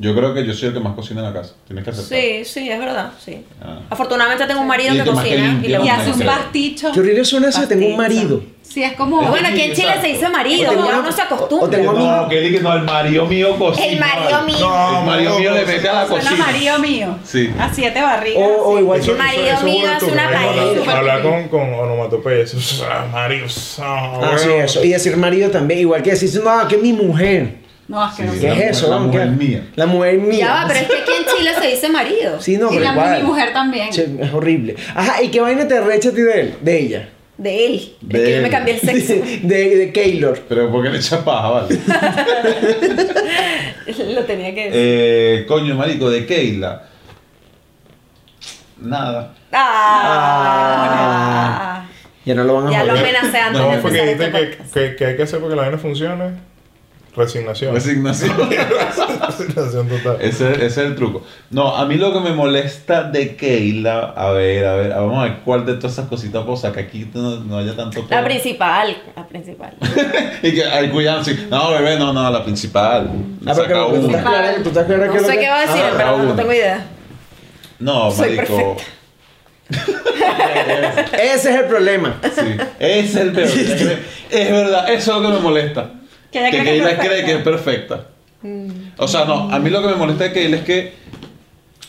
Yo creo que yo soy el que más cocina en la casa. Tienes que aceptar. Sí, sí, es verdad, sí. Ah. Afortunadamente tengo un marido Y que que más que cocina y limpia, le Y no gusta hace un creo. cocinar. pasticho. Qué horrible suena eso de tengo un Pasticho. marido. Sí, es como. Pero Bueno, aquí en Chile Exacto. se dice marido, O tengo- ya uno se o tengo- acostumbra. No, que dije, no, el marido mío cocina. El marido mío. El marido mío le mete a la Suena cocina. marido mío. Sí. A siete barrigas. O, o sí. Oh, igual Eso- que- eso- Pues marido eso es mío una es turca, una ¿no? Hablar- paella. Hablar con, con onomatopeya. Eso es, ah, Marido. Ah, sí, eso. Y decir marido también, igual que decir, no, que es mi mujer. No, es que no Sí. ¿Qué La es mujer- eso? la vamos, mujer ¿qué? mía. La mujer mía. Ya va, pero es que aquí en Chile se dice marido. ah, Sí, no, Y pero la igual. mi mujer también. Che, es horrible. Ajá, ¿y qué vaina te recha a ti de él? De ella. De él. De es que yo él. me cambié el sexo. De, de Keylor. Pero porque le echa paja, vale. Lo tenía que decir. Eh, coño, marico, de Keila. Nada. Ah. Ya no lo van a Ya lo joder. Ah, amenacé antes de No, porque empezar dijiste este que, podcast. que, que hay que hacer porque la vaina funcione. Resignación. Pues Resignación. Resignación total. Ese, ese es el truco. No, a mí lo que me molesta de Keila, a ver, a ver, vamos a ver cuál de todas esas cositas puedo sacar aquí no, no haya tanto La pedo. principal, la principal. Y que al cuidado, sí. No, bebé, no, no, la principal. Ah, pero Saca que lo que tú una. estás clara, que tú estás clara No que lo sé que- qué va a decir, Ah, Ajá, pero no una. tengo idea. No, Soy marico. Ah, Ese es el problema. Sí, ese es el peor. Ella cree- Es verdad, eso es lo que me molesta. Que ella que cree que es Keila cree perfecta. Mm. que es perfecta. O sea, no, a mí lo que me molesta de Keila es que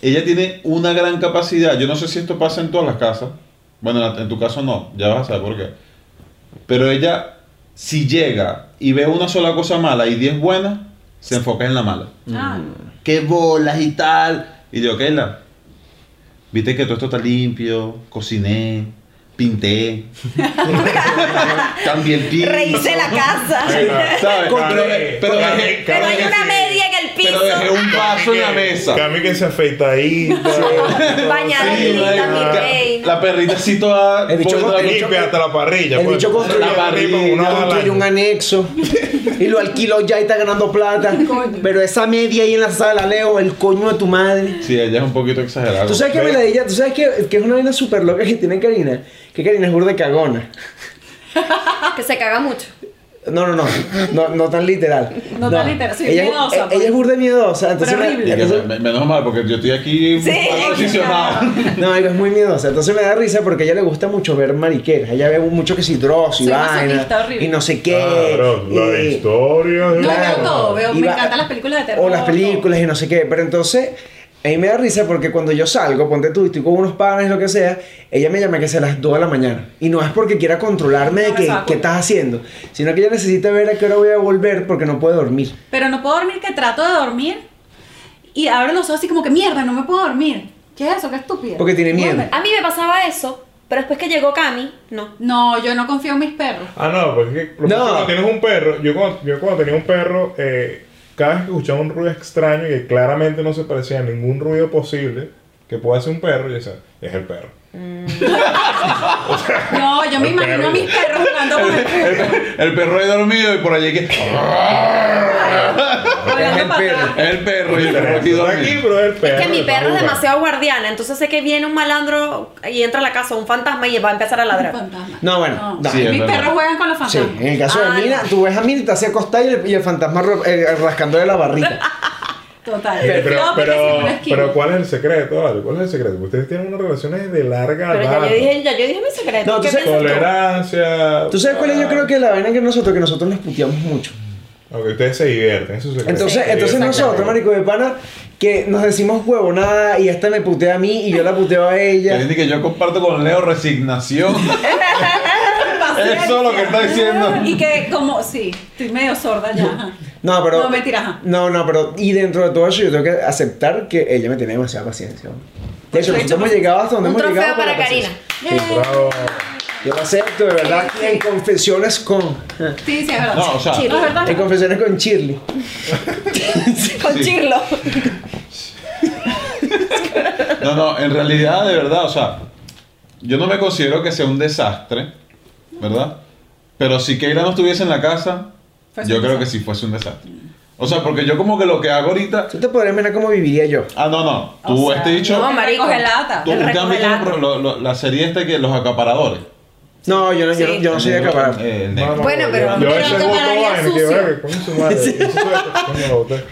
ella tiene una gran capacidad. Yo no sé si esto pasa en todas las casas. Bueno, en la- en tu caso no, ya vas a saber por qué. Pero ella, si llega y ve una sola cosa mala y 10 buenas, se enfoca en la mala. Ah. ¡Qué bolas y tal! Y yo, Keila, viste que todo esto está limpio, cociné, pinté, cambié el piso. Rehice la Ahí casa. está. ¿Sabes? Con- Pero, pero con- dejé- con- Pero hay una media en el pero dejé piso. un vaso en la mesa. Cami que se afeita ahí. Sí, Bañadita, marico, mi ca- reina. La perrita así toda. El bicho poniendo la- con- Limpia hasta la parrilla. El pues. bicho construye, la parrilla, Con una construye un palanca. anexo y lo alquiló ya y está ganando plata. Pero esa media ahí en la sala, Leo, el coño de tu madre. Sí, ella es un poquito exagerada. ¿Tú sabes qué Ve. veladilla? ¿Tú sabes qué, qué es una vaina súper loca que tiene Karina? Que Karina es burda de cagona. Que se caga mucho. No, no, no. No, no tan literal. No tan literal, sí, ella, es- miedosa, eh, pues. Ella es burda de miedosa. Entonces, Pero Y horrible. que entonces- me- me- menos mal, porque yo estoy aquí Sí, mal posicionado. no, ella es muy miedosa. Entonces me da risa porque a ella le gusta mucho ver mariqueras. Ella ve mucho que si Dross y Soy vaina. masoquista, horrible. Y no sé qué. Claro, la de y- historia. Yo ¿no? veo todo, veo- y me va- encantan las películas de terror, O las películas todo. y no sé qué. Pero entonces, a mí me da risa porque cuando yo salgo, ponte tú, y estoy con unos panes, lo que sea, ella me llama que sea a las 2 de la mañana. Y no es porque quiera controlarme de No me que, saco. qué estás haciendo, sino que ella necesita ver a qué hora voy a volver porque no puede dormir. Pero no puedo dormir, que trato de dormir. Y abro los ojos así como que mierda, no me puedo dormir. ¿Qué es eso? ¿Qué estúpida? Porque tiene miedo. Duerme. A mí me pasaba eso, pero después que llegó Cami, no. No, yo no confío en mis perros. Ah, no, pues es que lo que No. pasa es que cuando tienes un perro, yo cuando, yo cuando tenía un perro, eh, cada vez que escuchaba un ruido extraño que claramente no se parecía a ningún ruido posible que pueda hacer un perro, yo decía, es el perro. No, yo me El imagino perro. a mis perros jugando con el El, el perro ahí dormido y por allí que. Hablando el para perro. atrás. El perro y el perro aquí Está aquí, pues. dormido. pero es el perro. Es que mi está perro es jugando. demasiado guardiana, entonces sé que viene un malandro y entra a la casa, un fantasma y va a empezar a Un ladrar. fantasma. No, bueno, no. Sí, es mis verdad. perros juegan con los Sí, fantasmas. en el caso Ah, de Mina, no. tú ves a Mina y te hace acostar y el, y el fantasma ro- eh, rascándole la barriga. Total. Eh, Pero, No, porque siempre pero, lo esquivo. pero ¿cuál es el secreto? Ale? ¿Cuál es el secreto? Ustedes tienen unas relaciones de larga Pero ya data. yo dije, ya yo dije mi secreto. No, tú ¿Qué sabes- piensas tú? Tolerancia. ¿Tú sabes cuál es? Yo creo que la vaina que nosotros, que nosotros nos puteamos mucho. Aunque ustedes se divierten, eso es secreto. Entonces, Se entonces divierten. nosotros, marico de pana, que nos decimos huevonada y esta me putea a mí y yo la puteo a Que ella. dice que yo comparto con Leo resignación. Eso es lo que está diciendo. Y que como, sí, estoy medio sorda ya. ajá. No, pero. No, mentira, ajá. No, no, pero. Y dentro de todo eso, yo tengo que aceptar que ella me tiene demasiada paciencia. De hecho, De hecho, nosotros hemos llegado hasta donde Un hemos llegado. trofeo con la para Karina. paciencia. Sí, bravo. Yo lo acepto, de verdad. Y en confesiones con. Sí, sí, es verdad. No, o Ah. sea, No, es verdad. En confesiones con Shirley. Con Sí. Chirlo. No, no, en realidad, de verdad, o sea, yo no me considero que sea un desastre, ¿verdad? Pero si Keira no estuviese en la casa, Fuese yo un creo que desastre. sí fuese un desastre. O sea, porque yo como que lo que hago ahorita... Tú te podrías imaginar cómo viviría yo. Ah, no, no. O Tú, sea, este dicho... No, marico, Recoge lata. tú, el usted ha visto recogelato. lo- lo- lo- la serie esta que los acaparadores. No, yo no, yo, no- yo no soy de acaparar. Eh, el No, negro. no, Bueno, yo- pero- Yo pero ese lo voto tomaría vaina, que sucio. verga, coño su madre. Eso es- coño, lo boté.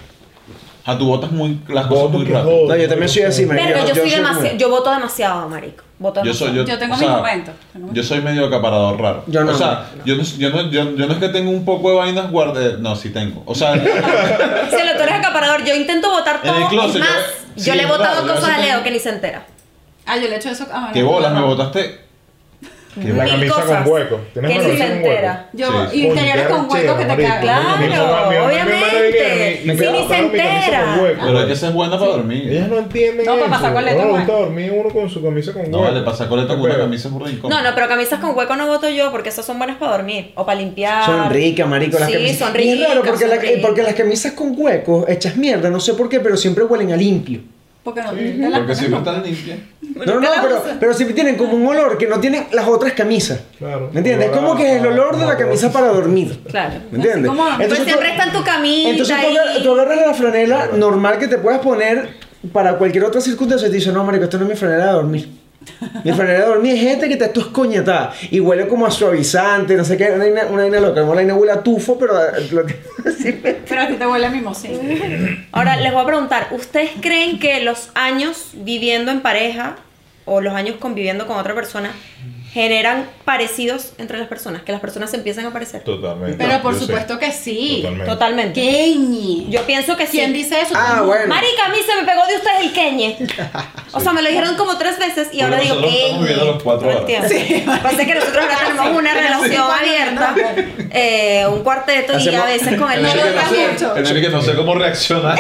A tu botas muy, las Voto cosas muy que rápido. jodo, No, yo voto también soy que así, jodo. marico. Verga, yo, yo soy soy demasiado. como- Yo voto demasiado, marico. Voto Yo soy, yo, Yo tengo o mis sea, momentos. Tengo mis- Yo soy medio acaparador raro. Yo no, o sea, Yo, no, yo, no, yo, yo no es que tengo un poco de vainas guardadas. No, sí tengo. O sea, Si lo tú eres acaparador, yo intento votar En el todo. closet, es más, yo- yo, sí, le he votado claro, yo cosas a eso Leo tengo- que ni se entera. Ah, yo le he hecho eso. ah, ¿qué no, bolas me no. botaste? ¿Qué La bolas? camisa con cosas hueco. Tienes que una ni camisa se con hueco. entera. Yo, Sí. y interiores con Coño, hueco que te marico, cagan. mi mamá- mi Claro, mamá- mi hermana viene obviamente. a mí, Si me ni se quedaba parado mi camisa con entera. hueco. Pero es que esa es buena para dormir. Ellas no entienden No, para eso. pasar coleta, No les no gusta es. dormir uno con su camisa con hueco. No, vale, pasa coleta con Qué una pedo. camisa es burda incómoda. No, no, pero camisas con hueco no voto yo porque esas son buenas para dormir o para limpiar. Son ricas, marico, las ah, sí, camisas. son Y ricas. es raro porque, son la- eh, ricas. porque las camisas con huecos hechas mierda, no sé por qué, pero siempre huelen a limpio. Porque no Sí, te la Porque pones siempre nunca. están limpias. No, no, no, pero, pero siempre tienen como un olor que no tienen las otras camisas. Claro. ¿Me entiendes? Es como que es el olor de la camisa para dormir. Claro. ¿Me entiendes? Así como- Pues siempre está en tu camisa. Entonces tú, ahí. agar- tú agarras la franela normal que te puedas poner para cualquier otra circunstancia y te dices, no, marico, esto no es mi franela de dormir. Mi franela de dormir es gente que te esto es coñetada y huele como a suavizante, no sé qué, una vaina, una vaina loca, una vaina huele a tufo, pero eh, lo que- sí, Pero a ti te huele a mimosín. Ahora les voy a preguntar, ¿ustedes creen que los años viviendo en pareja o los años conviviendo con otra persona generan parecidos entre las personas? Que las personas se empiezan a parecer. Totalmente. Pero por Yo sé. supuesto que sí. Totalmente. Totalmente. ¿Qué? Yo pienso que sí. ¿Quién dice eso? Ah, bueno. Marica, a mí se me pegó de ustedes el queñe. O sea, me lo dijeron como tres veces y Bueno, ahora digo nosotros estamos queñe. viviendo los cuatro todo el ahora. tiempo. Pasa que nosotros ahora tenemos una relación abierta, eh, un cuarteto y Hacemos- a veces con el No Enrique lo no sé- mucho. Enrique no sé cómo reaccionar.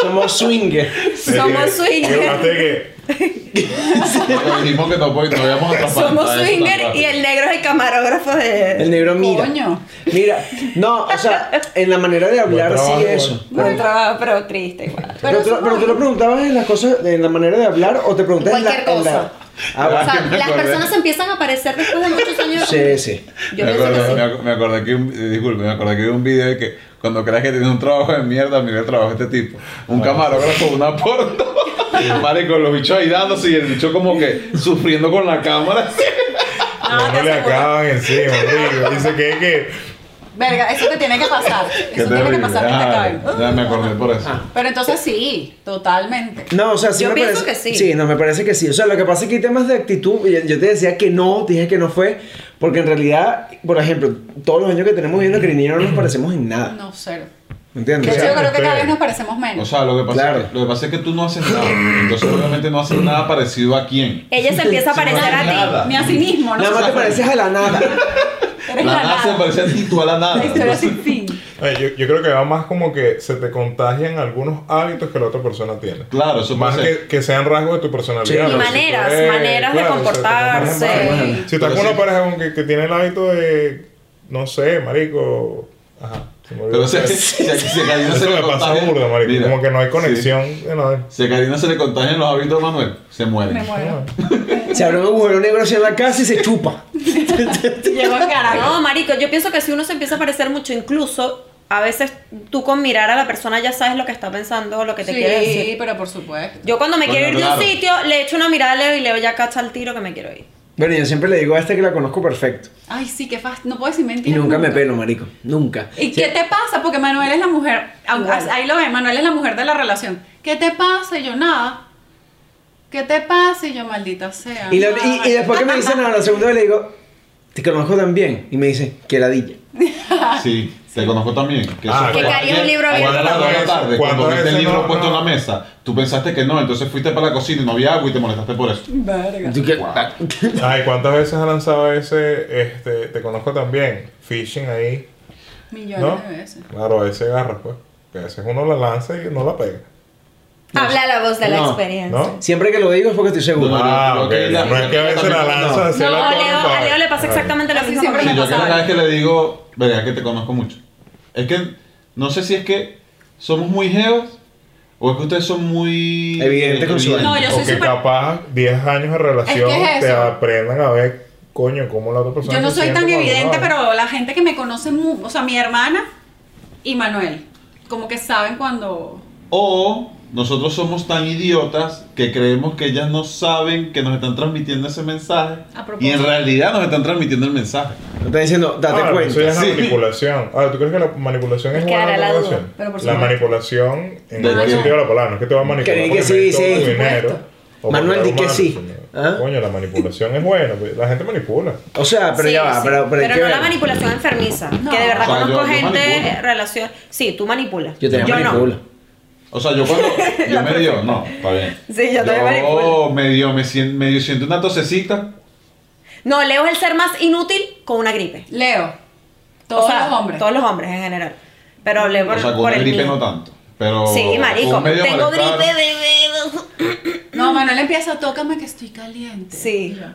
somos swingers. Somos Yo swingers. traté que. Lo dijimos que tampoco no habíamos atrapado. Somos Eso tan swingers rápido. y el negro es el camarógrafo El de. negro mira. Coño. Mira, no, o sea, en la manera de hablar Buen trabajo, sí eso. Buen trabajo, pero triste igual. Pero, tú, pero tú lo preguntabas en las cosas, en la manera de hablar o te preguntas en la- Cualquier en la, cosa. Ah, O va. sea, Me las acordé. personas empiezan a parecer después de muchos años. Sí, sí. Yo me, pienso que acordé, sí. me ac- me acordé que un, eh, disculpe, me acordé que vi un video de que cuando creas que tienes un trabajo de mierda, mira el trabajo de este tipo. Un camarógrafo, una porno. Marico, los bichos ahí dándose y el bicho como que sufriendo con la cámara. Ah, No, le acaban encima, marico. Dice que que. Verga, eso te tiene que pasar. Qué Eso tiene que terrible. pasar que te Ah. Ay, acaben. Ya me acordé por eso. Pero entonces sí, totalmente. No, o sea, sí Yo me pienso parece, que sí. Sí, no, me parece que sí. O sea, lo que pasa es que hay temas de actitud. Yo, yo te decía que no, te dije que no fue, porque en realidad, por ejemplo, todos los años que tenemos viendo que niños no nos parecemos en nada. No, cero. ¿Me entiendes? De O hecho, sea, yo creo que cada espera. vez nos parecemos menos. O sea, lo que, pasa Claro. es que, lo que pasa es que tú no haces nada. Entonces, obviamente, no haces nada parecido a quién. Ella se empieza a parecer a nada. ti. ni a sí mismo, ¿no? nada más te pareces a la nada. Eres la la nada se nada. parece a ti, tú a la nada. La historia sin fin. Ay, yo, yo creo que va más como que se te contagian algunos hábitos que la otra persona tiene. Claro, eso Más puede ser. que, que sean rasgos de tu personalidad. Sí. Y pero si maneras, tú eres- maneras de o sea, te tomas comportarse. en mano. Si estás Pero con una sí. pareja con que, que tiene el hábito de, no sé, marico. Ajá. se me olvidó. Pero si, si, si a Karina se Eso le me pasa contagia- burda, marico. mira, como que no hay sí. conexión. en la- Si a Karina se le contagian los hábitos de Manuel, se muere. Me muero. Se abre un agujero negro hacia la casa y se chupa. Llego a carajo. No, marico, yo pienso que si uno se empieza a parecer mucho, incluso a veces tú con mirar a la persona ya sabes lo que está pensando o lo que te quiere Sí, decir. pero por supuesto. Yo cuando me Bueno, quiero ir de un claro. sitio, le echo una mirada a Leo y Leo ya cacha el tiro que me quiero ir. Bueno, yo siempre le digo a este que la conozco perfecto. Ay, sí, qué fastidio. No puedo decir Y mentiras. nunca me pelo, marico. Nunca. ¿Y qué te pasa? Porque Manuel es la mujer. aunque- Bueno. Ahí lo ve, Manuel es la mujer de la relación. ¿Qué te pasa? Y yo, nada. ¿Qué te pasa? Y yo, maldita sea. Y, la- nada. y- y después que me dice nada, la segunda vez le digo, te conozco también. Y me dice, que ladilla. Sí, te conozco también. Que, Ah, eso que fue Cari es ayer, un libro a las abierto cuatro de la también. tarde, ¿Cuántas cuando viste el veces libro no, puesto no? en la mesa, tú pensaste que no, entonces fuiste para la cocina y no había agua y te molestaste por eso. Verga. Tú que- Ay, ¿cuántas veces ha lanzado ese, este, te conozco también? Fishing ahí. Millones ¿No? de veces. Claro, a veces agarra, pues. Que a veces uno la lanza y no la pega. Habla la voz de la No, experiencia. ¿no? Siempre que lo digo es porque estoy seguro. No, no, Ah, yo ok. creo que la- No es que a veces la No, lanza hacia No, la Leo- trampa. a Leo le pasa Ay. exactamente lo Así mismo. siempre que Sí, a mí. yo me pasa. cada vez que le digo, verga, que te conozco mucho. Es que no sé si es que somos muy geos o es que ustedes son muy. Evidente con su- No, yo o soy que súper. capaz 10 años de relación Es que es te eso. aprendan a ver, coño, cómo la otra persona. Yo no se soy siente tan cuando evidente, habla. pero la gente que me conoce, mu- o sea, mi hermana y Manuel, como que saben cuando. O nosotros somos tan idiotas que creemos que ellas no saben que nos están transmitiendo ese mensaje. A propósito. Y en realidad nos están transmitiendo el mensaje. Te está diciendo, date Ah, cuenta. Eso ya es Sí. la manipulación. Ahora, ¿tú crees que la manipulación es, Es que buena ahora la dudo, manipulación? pero por la supuesto. manipulación, en Del el buen que- sentido de la palabra, no es que te va a manipular. Que- que porque sí, me toma sí. tu dinero, Supuesto. o Manuel, porque di que la sí. humana, ¿Ah? Coño, la manipulación es buena. pues, La gente manipula. O sea, pero Sí, ya va, sí. pero, pero hay que no ver. la manipulación enfermiza. No. Que de verdad O sea, yo- conozco yo gente, manipulo. eh, relación. Sí, tú manipulas. Yo tenía no. manipula. O sea, yo cuando. yo medio. No, está bien. Sí, yo también Yo manipulo. medio, me sien- medio siento una tosecita. No, Leo es el ser más inútil con una gripe. Leo. Todos O sea, los hombres. Todos los hombres en general. Pero Leo por, o sea, con por una el gripe mío. no tanto. Pero. Sí, marico. con medio Tengo malestar- gripe de No, Manuel empieza, tócame que estoy caliente. Sí. Y yo,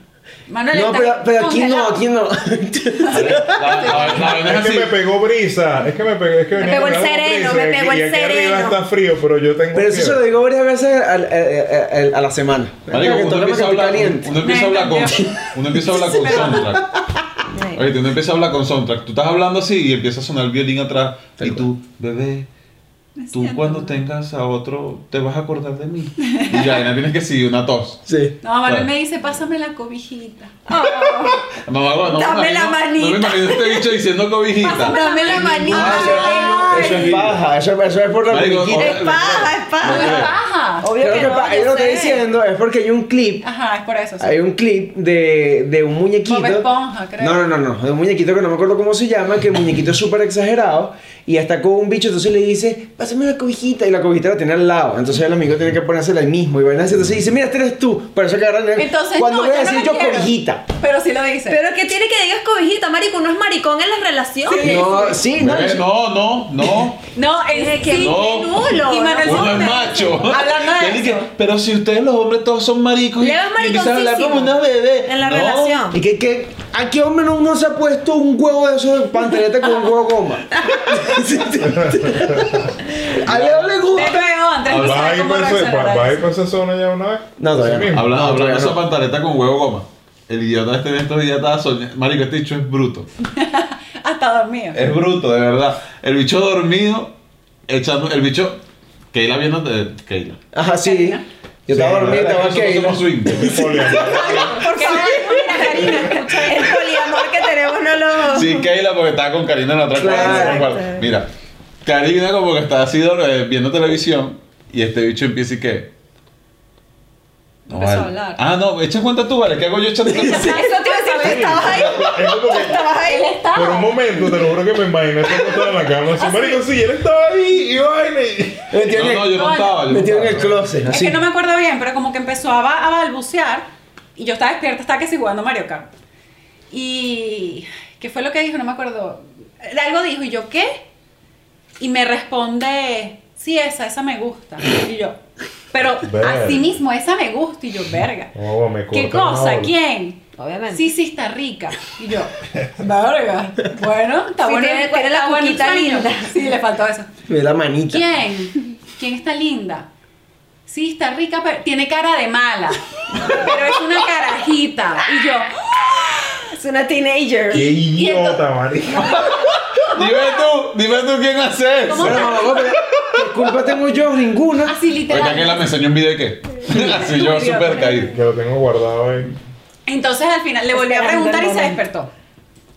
Manuel No, está pero, pero aquí no, congelado. aquí no. La- la- la vaina es Es así. que me pegó brisa. Es que me pegó. Es que Me venía pegó el con algo sereno, brisa, me y aquí- pegó el y aquí arriba sereno. está frío, pero yo tengo. Pero eso se fiebre. lo digo varias veces al- al- al- a la semana. Marico, que uno toca empieza, a que hablar, caliente. uno empieza a hablar con. Uno empieza a hablar con soundtrack. bebé. Ahorita uno empieza a hablar con soundtrack. Tú estás hablando así y empieza a sonar el violín atrás. Y tú, bebé, tú siento cuando mal. tengas a otro, te vas a acordar de mí. Y ya, y no tienes que seguir una tos. Sí. No, Manuel Claro. me dice, pásame la cobijita. No, no, no, me Dame imagino- la No me manita. imagino este bicho diciendo cobijita. Dame la manita. Ah, eso, es paja, eso, eso es por la Marico, mariquita. ahora- Es paja, es Ah, No Ok. es paja. paja. Obvio Creo que que no, pa- yo ahí lo que sé. estoy diciendo es porque hay un clip, Ajá, es por eso. sí. hay un clip de, de un muñequito. Bob Esponja, creo. No, no, no, no, de un muñequito que no me acuerdo cómo se llama, que el muñequito es súper exagerado y está con un bicho, entonces le dice, pásame la cobijita y la cobijita la tiene al lado, entonces el amigo tiene que ponérsela ahí mismo y van así, entonces dice, mira, este eres tú, pero eso que agarran Entonces, cuando no, voy a ya no decir la yo quiero. cobijita. Pero sí lo dice. Pero que tiene que digas cobijita, marico. Uno es maricón en las relaciones. No, sí, no. Bebé, no, no, no. no, es Es que que No. nulo. Y Manuel no. Uno es hombre. macho. Hablando de Y él eso. que, Pero si ustedes los hombres todos son maricos y, Leo es y empiezan a hablar como mariconcísimo una bebé. en la No. relación. Y que, que, ¿a qué hombre no uno se ha puesto un huevo de esos de pantaleta con un huevo goma? a Leo le Ve gusta. luego, Andrés no Ah, ¿Vas sabe a ir pues, cómo para ese- reaccionar a vas a ir eso. para esa zona ya una vez? No, todavía ¿Sí no. mismo? Hablando, hablando de todavía esa no. pantaleta con huevo goma. El idiota este de estos días estaba soñando. Marico, este bicho es bruto. Hasta dormido. Es bruto, de verdad. El bicho dormido, echando. El bicho. Keila viendo. eh, Keila. Ajá, sí. Yo estaba Sí, dormida, la estaba Nosotros somos que swing. Porque Karina, escucha El esto. poliamor que tenemos no lo. Sí, Keila, porque estaba con Karina en la otra cuadra, en la otra Claro. cuadra. Mira, Karina como que está así dor- eh, viendo televisión y este bicho empieza y que. No, Empezó a vale. hablar. Ah, no, echa cuenta tú, vale, ¿qué hago yo echando cuenta? Eso te iba a decir, tú estabas ahí. Es como que Estabas ahí. por un momento, te lo juro que me imaginé todo acostado en la cama. Así, marico, sí, él estaba ahí y vaina. y- Metido No, no, yo no Coño. estaba. yo no en el estaba. closet, Es así. que no me acuerdo bien, pero como que empezó a, ba- a balbucear y yo estaba despierta, estaba que sí jugando Mario Kart. Y. ¿Qué fue lo que dijo? No me acuerdo. Eh, Algo dijo, ¿y yo qué? Y me responde, sí, esa, esa me gusta. Y yo, pero Verga. así mismo, esa me gusta. Y yo, verga. Oh, me ¿Qué cortan la cosa? bola. ¿Quién? Obviamente. Sí, sí, está rica. Y yo, verga. Bueno, está Sí, bueno. tiene- está tiene la bueno el coquita sueño. linda. Sí, le faltó eso. Me da la manita. ¿Quién? ¿Quién está linda? Sí, está rica, pero tiene cara de mala. Pero es una carajita. Y yo, Es una teenager. Qué idiota, entonces- marico. Dime tú, dime tú quién hace eso. ¿Cómo? Pero, mamá, pero, ¿qué culpa tengo yo? Ninguna. así Ahorita Keila literal. me enseñó un video de qué. Así yo súper caído. Que lo tengo guardado ahí. Entonces al final le volví a Esperando preguntar el y se momento. despertó.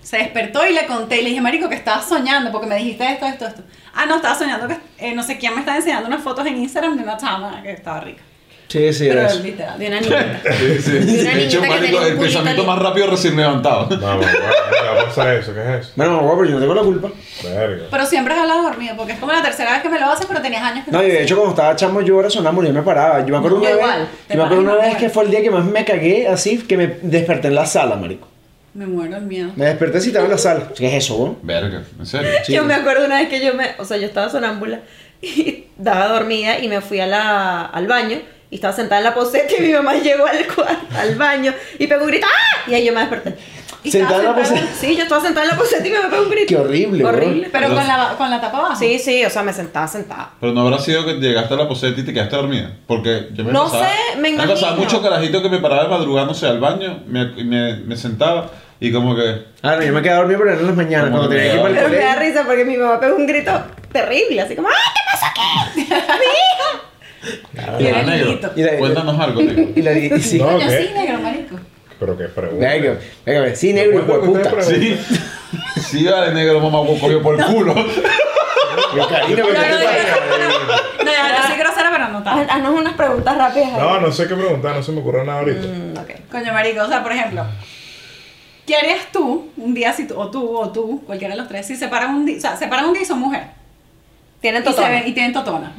Se despertó y le conté y le dije, Marico, que estaba soñando porque me dijiste esto, esto, esto. Ah, no, estaba soñando que eh, no sé quién me estaba enseñando unas fotos en Instagram de una chama que estaba rica. Sí, sí, Pero era eso. literal. De una niña. Sí, sí. Y una De hecho, marico, niñita que tenía un el culito pensamiento lindo. más rápido recién levantado. Vamos, ¿qué va a pasar eso? ¿Qué es eso? Bueno, mamá, pero yo no tengo la culpa. Verga. Pero siempre has hablado dormido porque es como la tercera vez que me lo haces, pero tenías años que No, y de hecho cuando estaba chamo yo era sonámbulo, yo me paraba. Yo me acuerdo Yo una vez, igual, yo te me acuerdo paras y una no vez que mueres. fue el día que más me cagué así, que me desperté en la sala, marico. Me muero el miedo. Me desperté si estaba en la sala. ¿Qué es eso, güey? Verga, en serio. Sí. Yo me acuerdo una vez que yo me, o sea, yo estaba sonámbula y estaba dormida y me fui a la, al baño y estaba sentada en la poseta y mi mamá llegó al, cua- al baño y pegó un grito ¡Ah! Y ahí yo me desperté. Y ¿Sentada en la estaba poseta? Sí, yo estaba sentada en la poseta y me pegó un grito. Qué horrible, Horrible. Pero con la, con la tapa abajo. Sí, sí, o sea, me sentaba sentada. Pero no habrá sido que llegaste a la poseta y te quedaste dormida. Porque yo me No pasaba, sé, me Me pasaba imagino. mucho carajito que me paraba de madrugada, no sé, al baño, me, me, me sentaba y como que. Ah, no, yo me quedaba dormido, pero era en las mañanas, Como cuando que tenía que me ir para daba- el Pero me da colegio. risa porque mi mamá pegó un grito terrible, así como ¡Ah! ¿Qué pasó aquí? ¡Mi hija! Y era Ah, negro, negrito. Y la- cuéntanos algo, negro. Y la di- y sí. No, Coño, ¿qué? sí, negro, marico. Pero qué pregunta. Venga, venga, ve, sí, negro, hijo de puta. Sí, sí, dale, negro, mamá, cogió por el culo. Yo, Karina, No, pero no, ¿qué no, pasa? no, no, no soy grosera, pero no tanto. Haz- Ah, Haznos unas preguntas rápidas. No, no sé qué preguntar, no se me ocurre nada ahorita. Mm, ok. Coño, marico, o sea, por ejemplo, ¿qué harías tú un día si tú, o tú, o tú, cualquiera de los tres, si separan un día, o sea, separan un día y son mujer? Tienen Y, se ven, totona. y tienen totona.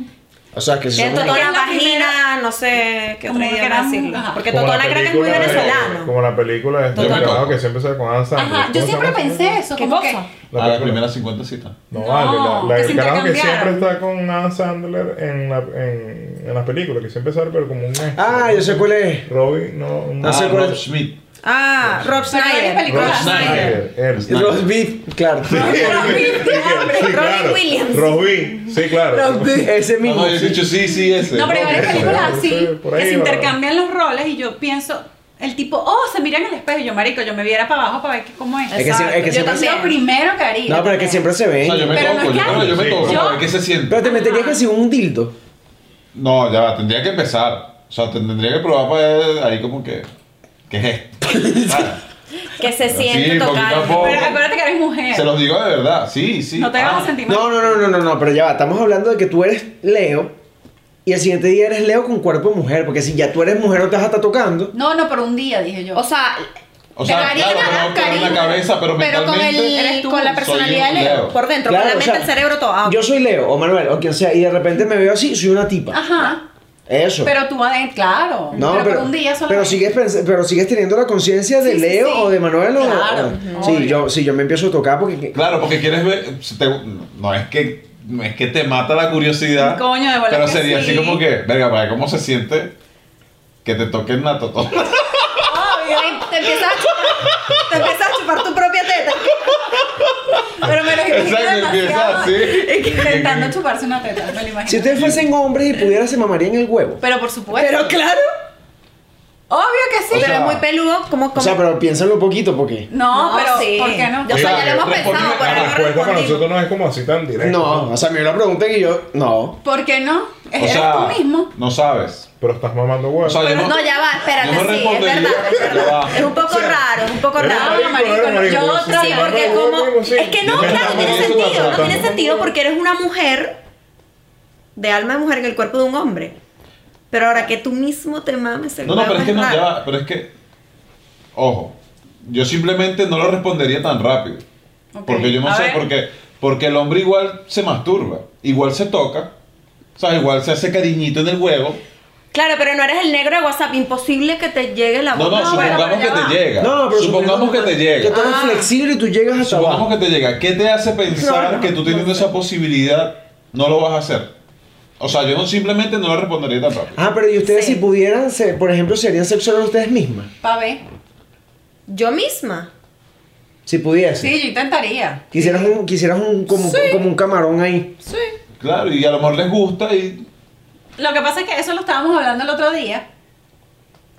O sea, que si Tienen somos- todo- totona, ¿Qué es lo primero? vagina, no sé qué otro Como que idioma eran- decirlo. ajá. Porque Como la totona creo que es muy película de- venezolano. Como la película de este Total. pelado que siempre sale con Adam Sandler. Ajá, yo ¿Cómo se siempre llama? pensé eso, ¿Qué como que... cosa? A Ah, las película- primeras 50 citas. No, No, vale, la, la que del se carajo que siempre intercambiaron. está con Adam Sandler en, la, en, en las películas, que siempre sale, pero como un. Ah, yo sé cuál es. Robin, no. un- No sé Ah, cuál Rob es. Schmidt. Ah, Rob Pero hay varias Schneider. películas. Rob Schneider. él. Sí, Ross Beef, claro. Sí, claro. Williams. Robin, sí, claro. Ese Ah, No, mismo. no, yo he dicho sí, sí, ese. No, pero hay varias Eso, películas eso, así, por que ahí se va. intercambian los roles y yo pienso, el tipo, oh, se mira en el espejo, y yo, marico, yo me viera para abajo para ver qué- cómo es. Es que sí, es que yo siempre también se- lo primero que haría. No, pero es que siempre se O ven. sea, yo me Pero toco, no es yo, claro. yo me Sí, toco claro. para ver qué se siente. Pero te meterías casi un dildo. No, ya va, tendría que empezar. O sea, tendría que probar para ver ahí como que. ¿Qué es esto? Ah, Que se Sí, poquito siente a tocando. poco. Pero acuérdate que eres mujer. se los digo de verdad, sí, sí. no te Ah, vas a sentir mal. No, no, no, no, no, no, pero ya va. Estamos hablando de que tú eres Leo y el siguiente día eres Leo con cuerpo de mujer. Porque si ya tú eres mujer, no te vas a estar tocando. No, no, por un día, dije yo. O sea, O sea, Karina, claro, pero- pero en la Karina, cabeza, pero con, mentalmente el, eres tú, con soy la personalidad de un Leo, Leo. por dentro, Claro, con la o mente, sea, el cerebro, todo. Ah, Yo soy Leo o Manuel o quien sea y de repente me veo así, soy una tipa. Ajá. Eso. Pero tú adentro, claro. no, pero, pero, por un día solo. pero sigues pens- pero sigues teniendo la conciencia de Sí, sí, Leo sí. o de Manuel o- Claro, o- ujú. sí, Obvio. yo sí, yo me empiezo a tocar porque Claro, porque quieres ver. se te- no es que no es que te mata la curiosidad. Coño, de bola Pero que sería así sí. como que, verga, para ver cómo se siente que te toquen la totona. Ay, Te empiezas a chupar, te empiezas a chupar tu propia teta. Pero me lo imagino Exacto, empieza demasiado así. Intentando chuparse una teta, me lo imagino. si ustedes fuesen hombres y pudieran se mamarían el huevo. Pero por supuesto. claro. Obvio que sí. O Pero sea, es muy peludo, como O como- sea, pero piénsalo un poquito porque no, No, pero sí. ¿por qué no? Yo Sí, soy- ya la lo hemos pues, respuesta- pensado, por La algo respuesta para respondimos. nosotros no es como así tan directa. no, o sea, me lo preguntan y yo no. ¿Por qué no? Es- O Eres sea, tú mismo. no sabes. Pero estás mamando O huevos. sea, yo Pero no, ya va, espérate, yo no sí, es respondería, verdad, es ya verdad. va. Es un poco O sea, raro, es un poco eres raro. marico, marico, eres no, marico, yo otra eres un vez, mamando Porque huevos, como... mismo, sí. Es que no, Me claro, estás tiene mamando sentido, no huevos. tiene sentido porque eres una mujer de alma de mujer en el cuerpo de un hombre. Pero ahora que tú mismo te mames el No, no, huevo pero es que no, ya raro. va, pero es que. Ojo, yo simplemente no lo respondería tan rápido. Ok, Porque yo no a sé, ver. porque, porque el hombre igual se masturba, igual se toca, o sea, igual se hace cariñito en el huevo. Claro, pero no eres el negro de WhatsApp, imposible que te llegue la No, voz. no, Ah, No, bueno, supongamos pero ya que va. te llega. No, pero supongamos que te Que llega. tú eres Ah. flexible y tú llegas hasta Supongamos abajo. que te llega. ¿Qué te hace pensar No, no, que tú teniendo esa posibilidad no lo vas a hacer? O sea, yo no simplemente no lo respondería tan rápido. Ah, pero y ustedes Sí. si pudieran, se- por ejemplo, serían sexuales ustedes mismas, Pa' ver. Yo misma. si pudiesen. Sí, yo intentaría. Quisieras un, quisieras un como, como un camarón ahí. Sí. Claro, y a lo mejor les gusta y. Lo que pasa es que eso lo estábamos hablando el otro día.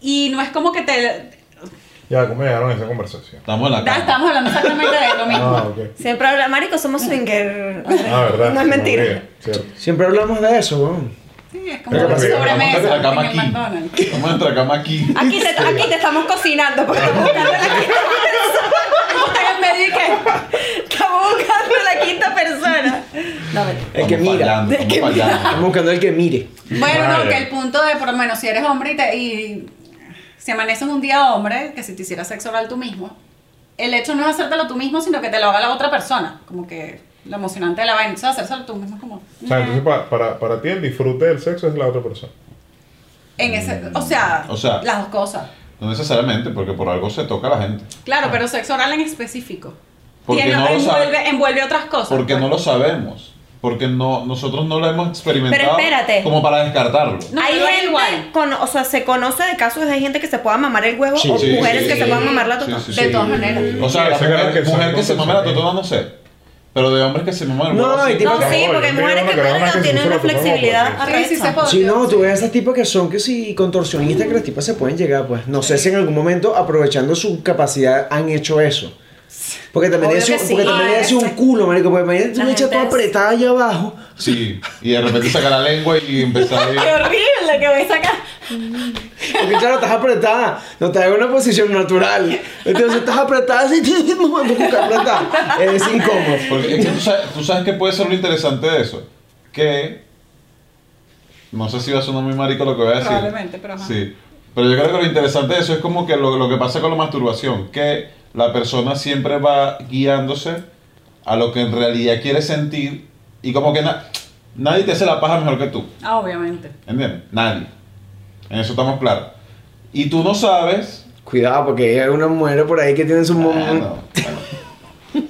Y no es como que te. Ya, ¿cómo llegaron a esa conversación? Estamos en la Da, cama. Estamos hablando exactamente de lo mismo. Ah, ok. Siempre habla, marico, somos swinger. Ah, verdad. No es se me mentira. olvida, Cierto. Siempre hablamos de eso, weón. Sí, es como Pero una Estamos en Estamos sobremesa en la cama en el aquí. McDonald's. Estamos en la cama aquí. Aquí te, aquí te estamos cocinando porque estamos buscando la quinta Está en el medio y que. persona. Estamos buscando la quinta persona. No, mentira. El Estamos que mira. fallando, El que estamos fallando. Estamos buscando el que mire. Bueno, no, Vale. que el punto de, por lo menos, si eres hombre y, te, y si amaneces un día hombre, que si te hicieras sexo oral tú mismo, el hecho no es hacértelo tú mismo, sino que te lo haga la otra persona. Como que lo emocionante de la vaina, eso de hacérselo tú mismo es como... O sea, entonces pa- para, para ti el disfrute del sexo es la otra persona. En ese, o, sea, Mm. O sea. las dos cosas. No necesariamente, porque por algo se toca a la gente. Claro, pero sexo oral en específico. Porque Tiene- Ah. no lo envuelve, sabe. envuelve otras cosas. Porque pues. no lo sabemos. Porque no, nosotros no lo hemos experimentado Pero espérate. como para descartarlo. No, hay pero no es gente, igual. con- o sea, se conoce de casos de hay gente que se pueda mamar el huevo Sí, o sí, mujeres sí, que sí. se puedan mamar la tota, Sí, totona. sí, sí. De todas maneras. O sea, la Esa cara mujer, que mujer son que se mama la consentidas. totona, no sé. Pero de hombres que se maman el No, huevo, no, sí. y tipo- No, sí, No, porque hay yo mujeres tengo que una que marico, se tienen hizo una la totona, flexibilidad pues, sí. Sí, sí, se arrecha. puede. Sí, no, tú ves a esas tipas que son que sí contorsionistas que las tipas se pueden llegar, pues. No sé si en algún momento, aprovechando su capacidad, han hecho eso. Porque también Obvio es un, que sí. porque también Ah, es un exacto. culo, marico. Porque imagínate La una hecha gente toda es- apretada allá abajo. Sí, y de repente saca la lengua y empezar ¡Qué a... horrible que voy a sacar! Porque claro, estás apretada. No estás en una posición natural. Entonces estás apretada así. mamá, me busca apretada. Es incómodo. pues. Porque es que tú sabes, tú sabes que puede ser lo interesante de eso. Que... No sé si va a sonar muy marico lo que voy a decir. Probablemente, pero ajá. Sí. Pero yo creo que lo interesante de eso es como que lo, lo que pasa con la masturbación. Que la persona siempre va guiándose a lo que en realidad quiere sentir. Y como que na- nadie te hace la paja mejor que tú. Ah, obviamente. ¿Entiendes? Nadie. En eso estamos claros. Y tú no sabes Cuidado, porque hay una mujer por ahí que tiene su mom- Bueno, Ah, bueno.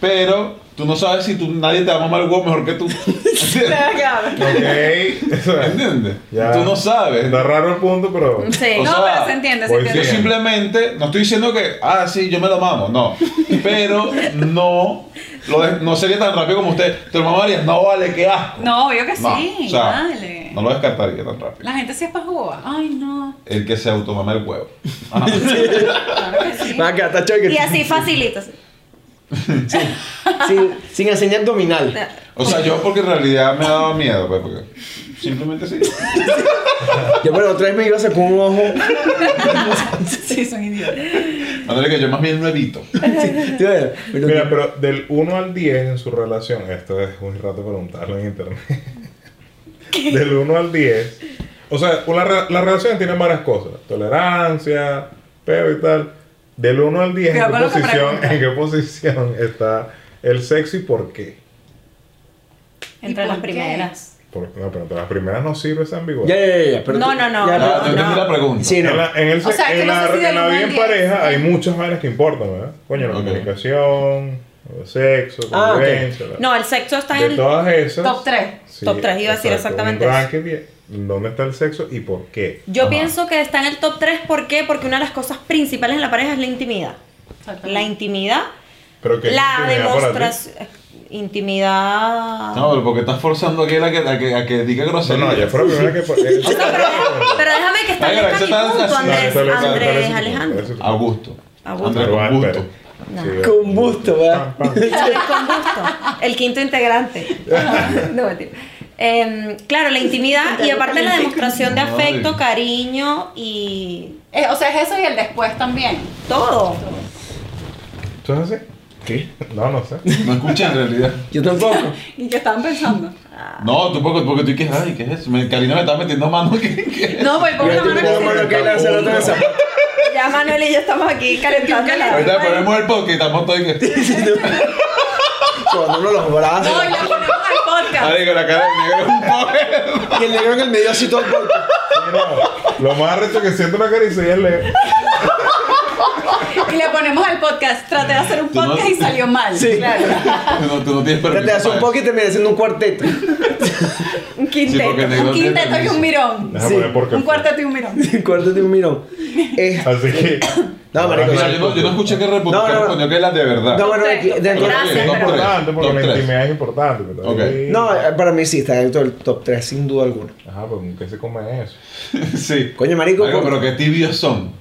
Pero tú no sabes si tú, nadie te va a mamar el huevo mejor que tú. ¿Entiendes? Claro. Ok. ¿Entiendes? Ya. Tú no sabes. Está raro el punto, pero. Sí. O No, sea, pues pero se entiende, se voy Yo entiende. bien. simplemente, no estoy diciendo que, ah, sí, yo me lo mamo, no. Pero no, lo de- no sería tan rápido como usted. ¿Te lo mamarías? No, vale, qué asco. No, obvio que No, sí, o sea, vale. No lo descartaría tan rápido. La gente sí es pajuga. Ay, no. El que se automama el huevo. Ajá. Claro que sí. Va a quedar hasta choque. Y así facilito. así. Sin, sin enseñar abdominal. O sea, yo porque en realidad me daba miedo, pues, porque simplemente sí. Yo por la otra vez me iba a sacar un ojo. Sí, son idiotas. Mándale que yo más bien lo evito. Sí, tío, pero- Mira, pero del 1 al 10 en su relación, esto es un rato preguntarlo en internet. Del 1 al 10. O sea, una re- la relación tiene varias cosas. Tolerancia, pero y tal. Del 1 al 10, ¿en Cuidado con qué, lo que posición, preguntas. ¿en qué posición está el sexo y por qué? Entre ¿Y las por qué? primeras. Por- no, pero las primeras no sirve esa ambigüedad. Ya, ya, ya, ya, pero No, tú- no, no. ya, Ah, pero- te entendí la pregunta. Sí, no. En la, en el O sea, se- que en no la- sé si en del la uno vida al en diez. pareja hay muchas vainas que importan, ¿verdad? Coño, la Ok. comunicación, el sexo, Ah, ok. convivencia. la- No, el sexo está de en el. todas esas. Top 3. Top tres, iba a decir exacto, exactamente un eso. ranking de ¿Dónde está el sexo y por qué? Yo Ajá. pienso que está en el top 3. ¿Por qué? Porque una de las cosas principales en la pareja es la intimidad. La intimidad. Pero que La intimidad para ti. demostración. Intimidad. No, pero porque estás forzando aquí a que, a que, a que diga No, grosería. no, ya fue la primera que. eh, O sea, pero, pero déjame que está Ay, en eso mi está- punto, está- Andrés, está- está- está- Andrés está- Alejandro. está- A gusto. A gusto. Andrés, Pero va, con gusto. espera. No. Sí, Ah, Con gusto, ¿verdad? Pam, pam. Andrés con gusto. El quinto integrante. No, mentira. Em, claro, la intimidad y aparte la demostración de Ay. afecto, cariño y Eh, o sea, es eso y el después también. todo. ¿Tú es así? ¿Qué? No, no sé. No escuché en realidad. Yo tampoco. ¿Y qué estaban pensando? No, tú porque, porque tú dices, ay, ¿qué es eso? Me- Karina me está metiendo mano. ¿Qué, qué es? No, pues ponme Yo la mano tengo la que mano sí. que le hace la otra vez. Ya Manuel y yo estamos aquí calentando la Ahorita ponemos el podcast y estamos todos y que. Sobándole los brazos. No, ya ponemos al podcast. Ay, con la cara de negro un poco. Y el negro en el medio así todo el golpe. Mira, lo más reto que siento una caricia es leer. Y le ponemos al podcast. Traté de hacer un Tú no- podcast y salió mal. Sí. Claro. Tú no, tú no tienes Que permiso. te hace un para poco y termina haciendo un cuarteto. Un Sí, quinteto. porque el negro Un tiene quinteto y permiso. un mirón. Déjame Sí. ver por qué. Un cuarteto y un mirón. Un cuarteto y un mirón. Eh, Así que. No, marico, Mira, yo no, yo no escuché que respondió, No, no, no. que es la de verdad. no, bueno, de aquí- de aquí- Pero Gracias, bien, Es top pero- tres, importante porque top la tres. intimidad es importante. pero Ok. ahí- No, eh, para mí sí está dentro del top 3, sin duda alguna. Ajá, pero ¿con ¿qué se come eso? Sí. Coño, marico, Marico, con- pero qué tibios son.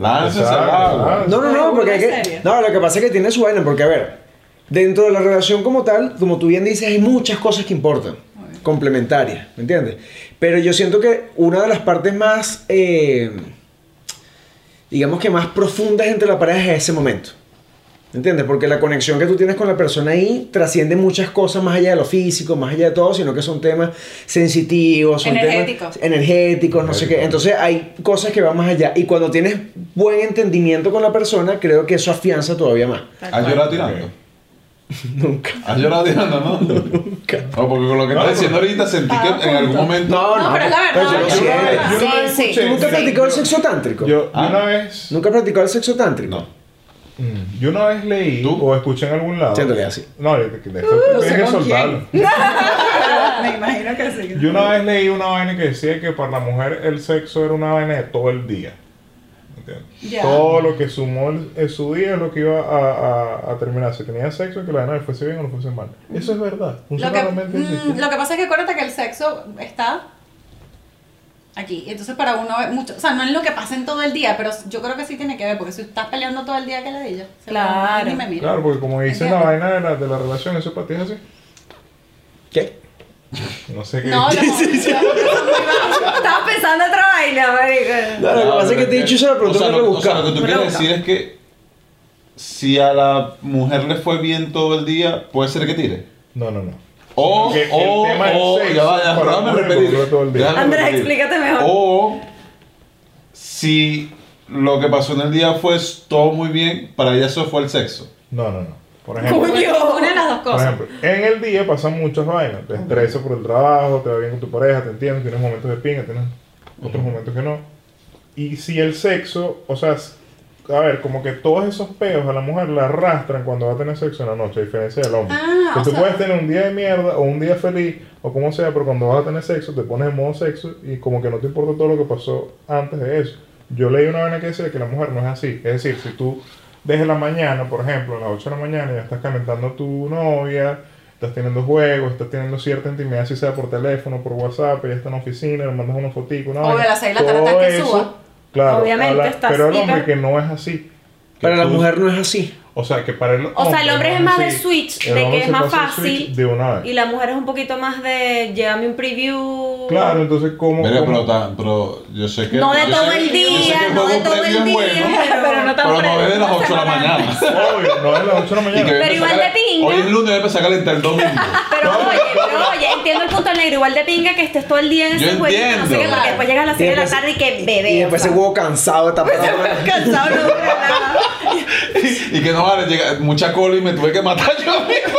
Láncense al Exacto, agua. exacto. No, no, no, porque hay que, no, lo que pasa es que tiene su vaina, porque a ver, dentro de la relación como tal, como tú bien dices, hay muchas cosas que importan, complementarias, ¿me entiendes? Pero yo siento que una de las partes más, eh, digamos que más profundas entre la pareja es ese momento. ¿Me entiendes? Porque la conexión que tú tienes con la persona ahí trasciende muchas cosas más allá de lo físico, más allá de todo, sino que son temas sensitivos, son Energéticos. temas energéticos, no sé qué. Entonces hay cosas que van más allá. Y cuando tienes buen entendimiento con la persona, creo que eso afianza todavía más. ¿Has llorado tirando? Nunca. ¿Has llorado tirando, no? No, porque con lo que estás No, pero- diciendo ahorita sentí Ah, que en algún punto. momento. No, no. No, pero es la verdad. yo es lo la siento. verdad. Yo una vez Sí, sí. escuché- ¿Tú nunca has sí, practicado el yo- sexo tántrico? Yo Ah. una vez. ¿Nunca has practicado el sexo tántrico? No. Mm, Yo una vez leí ¿Tú? o escuché en algún lado. Siéntale así. No, de, de- Uh, de esto tienes que soltarlo. Me imagino que sí. Yo una vez leí una vaina que decía que para la mujer el sexo era una vaina de todo el día. ¿Entiendes? Ya. Todo lo que sumó el- en su día es lo que iba a, a- a terminar. Si tenía sexo, que la vaina le fuese bien o no fuese mal. Eso es verdad. Lo Funciona que, realmente mm, así. lo que pasa es que acuérdate que el sexo está aquí. Entonces para uno es mucho, o sea, no es lo que pasa en todo el día, pero yo creo que sí tiene que ver, porque si estás peleando todo el día, que le diga? Claro. Ni me mira. Claro, porque como dice la Entiendo. vaina de la, de la relación, eso para ti es así. ¿Qué? No sé qué. No, no, Estaba pensando otra vaina, marico. No, lo que Ah, pasa es pero que te he dicho se la o pregunta sea, que lo, o buscar. sea, lo que tú Me la quieres busca. decir es que si a la mujer le fue bien todo el día, puede ser que tire. No, no, no. O, Porque el o, tema del o, sexo ya va, ya, para déjame la mujer repetir. ocurre todo el día. Déjame Andrés, repetir. explícate mejor. O si lo que pasó en el día fue todo muy bien, para ella eso fue el sexo. No, no, no. Por ejemplo, Coño. Una de las dos por cosas. ejemplo, en el día pasan muchas vainas. Te estresas por el trabajo, te va bien con tu pareja, te entiendes, tienes momentos de pinga, tienes otros momentos que no. Y si el sexo, o sea, s- a ver, como que todos esos peos a la mujer la arrastran cuando va a tener sexo en la noche, a diferencia del hombre. Ah, que o tú sea- puedes tener un día de mierda o un día feliz o como sea, pero cuando vas a tener sexo te pones en modo sexo y como que no te importa todo lo que pasó antes de eso. Yo leí una vaina que decía que la mujer no es así. Es decir, si tú desde la mañana, por ejemplo, a las 8 de la mañana, ya estás calentando a tu novia, estás teniendo juegos, estás teniendo cierta intimidad, si sea por teléfono, por WhatsAp, ella está en la oficina, le mandas una fotico, una Obvio, vaina. a las seis de la tarde Todo estás que eso, suba. Claro, Obviamente, a la- estás pero el hombre hiper- que no es así. Que Para la tú- mujer no es así. O sea, que para el O sea, el hombre es más de así. switch, El de hombre que es se más pasa el switch fácil. De una vez. Y la mujer es un poquito más de llévame un preview. Claro, entonces, ¿cómo? Verga, cómo- pero, tan- pero yo sé que. No de yo todo sé- el yo sé día, que el no de juego todo previo el es día. bueno, Pero no pero no es de las 8 de la mañana. Obvio, no es las 8 de la Y mañana. que Pero me igual saca- de pinga. Hoy es lunes, voy a empezar a calentar el domingo. Pero oye, pero oye, entiendo el punto del negro. Igual de pinga que estés todo el día en Yo ese jueguito. No sé qué, entiendo. porque después llegas a las 6 de la tarde y que bebé. Y o después sea. ese huevo cansado, tapado. Cansado, no dura nada. y que no vale, llega mucha cola y me tuve que matar yo mismo.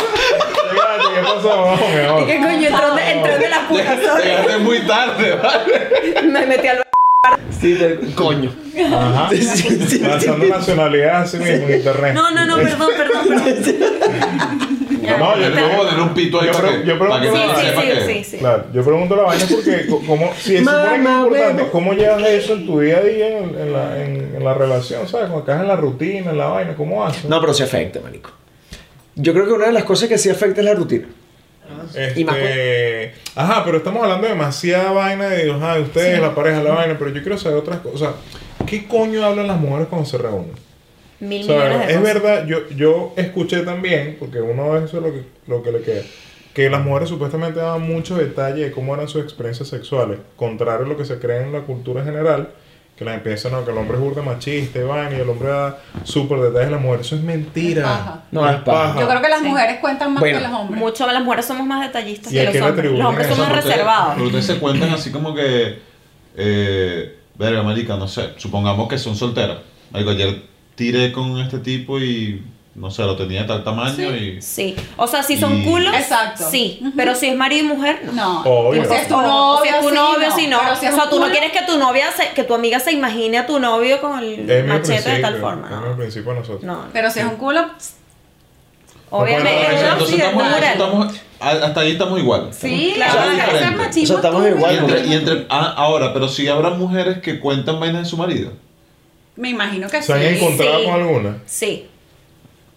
Llegaste, ¿Qué pasó? Vamos, mi amor. ¿Qué coño? Entró donde, entró donde la puta sorry. Llegaste muy tarde, ¿vale? Me metí al Sí, te- coño. Ajá. Sí, sí, sí, sí. Lanzando nacionalidad así mismo en internet. No, no, no, perdón, perdón, perdón. Ya. No, yo Le voy a poner un pito ahí Yo para pre- que, yo para que pregunto- sepa Sí, sí, que- sí, sí, sí. Claro, yo pregunto la vaina porque, co- como, si es supone que es Mamá, importante, huevo. ¿cómo llevas eso en tu día a día en, en la, en, en la relación? ¿Sabes? Cuando estás en la rutina, en la vaina, ¿cómo haces? No, pero sí afecta, marico. Yo creo que una de las cosas que sí afecta es la rutina. Y más Este, ajá, pero estamos hablando de demasiada vaina de ajá, de ustedes, la pareja, la vaina, pero yo quiero saber otras cosas. O sea, ¿Qué coño hablan las mujeres cuando se reúnen? Mil O sea, millones de es cosas. verdad, yo, yo escuché también, porque uno eso es lo que, lo que le queda, que las mujeres supuestamente daban mucho detalle de cómo eran sus experiencias sexuales, contrario a lo que se cree en la cultura general, que las empiezan a que el hombre es burda machista y vaina, y el hombre da súper detalles a la mujer. Eso es mentira. Es paja. No, es paja. Yo creo que las mujeres cuentan más Bueno, que los hombres. Mucho las mujeres somos más detallistas ¿Y a que qué los le hombres. Los atribuyen hombres eso? son más Pero ustedes- Pero reservados. ustedes se cuentan así como que. Eh, verga, marica, no sé. Supongamos que son solteras. Marico, ayer tiré con este tipo y. No sé, lo tenía de tal tamaño y. Sí. O sea, si son Y- culos, Exacto. sí. Pero si es marido y mujer, no. No. Obvio. O sea, es tu O- novio, si es tu sí, novio, si no. Pero si es o sea, un tú no culo, quieres que tu novia, se- que tu amiga se imagine a tu novio con el Es mi machete de tal principio, forma. Es mi No, principio de nosotros. no. Pero si es un culo, pss, Obviamente, Bueno, es Entonces, una entonces estamos, figura. estamos- a- hasta ahí estamos igual. sí, Claro, claro, diferente. eso es O sea, machismo. estamos puro. Y igual. entre, y entre- ah, ahora, pero si habrá mujeres que cuentan vainas de su marido. Me imagino que ¿Se han sí. encontrado sí. con alguna? Sí.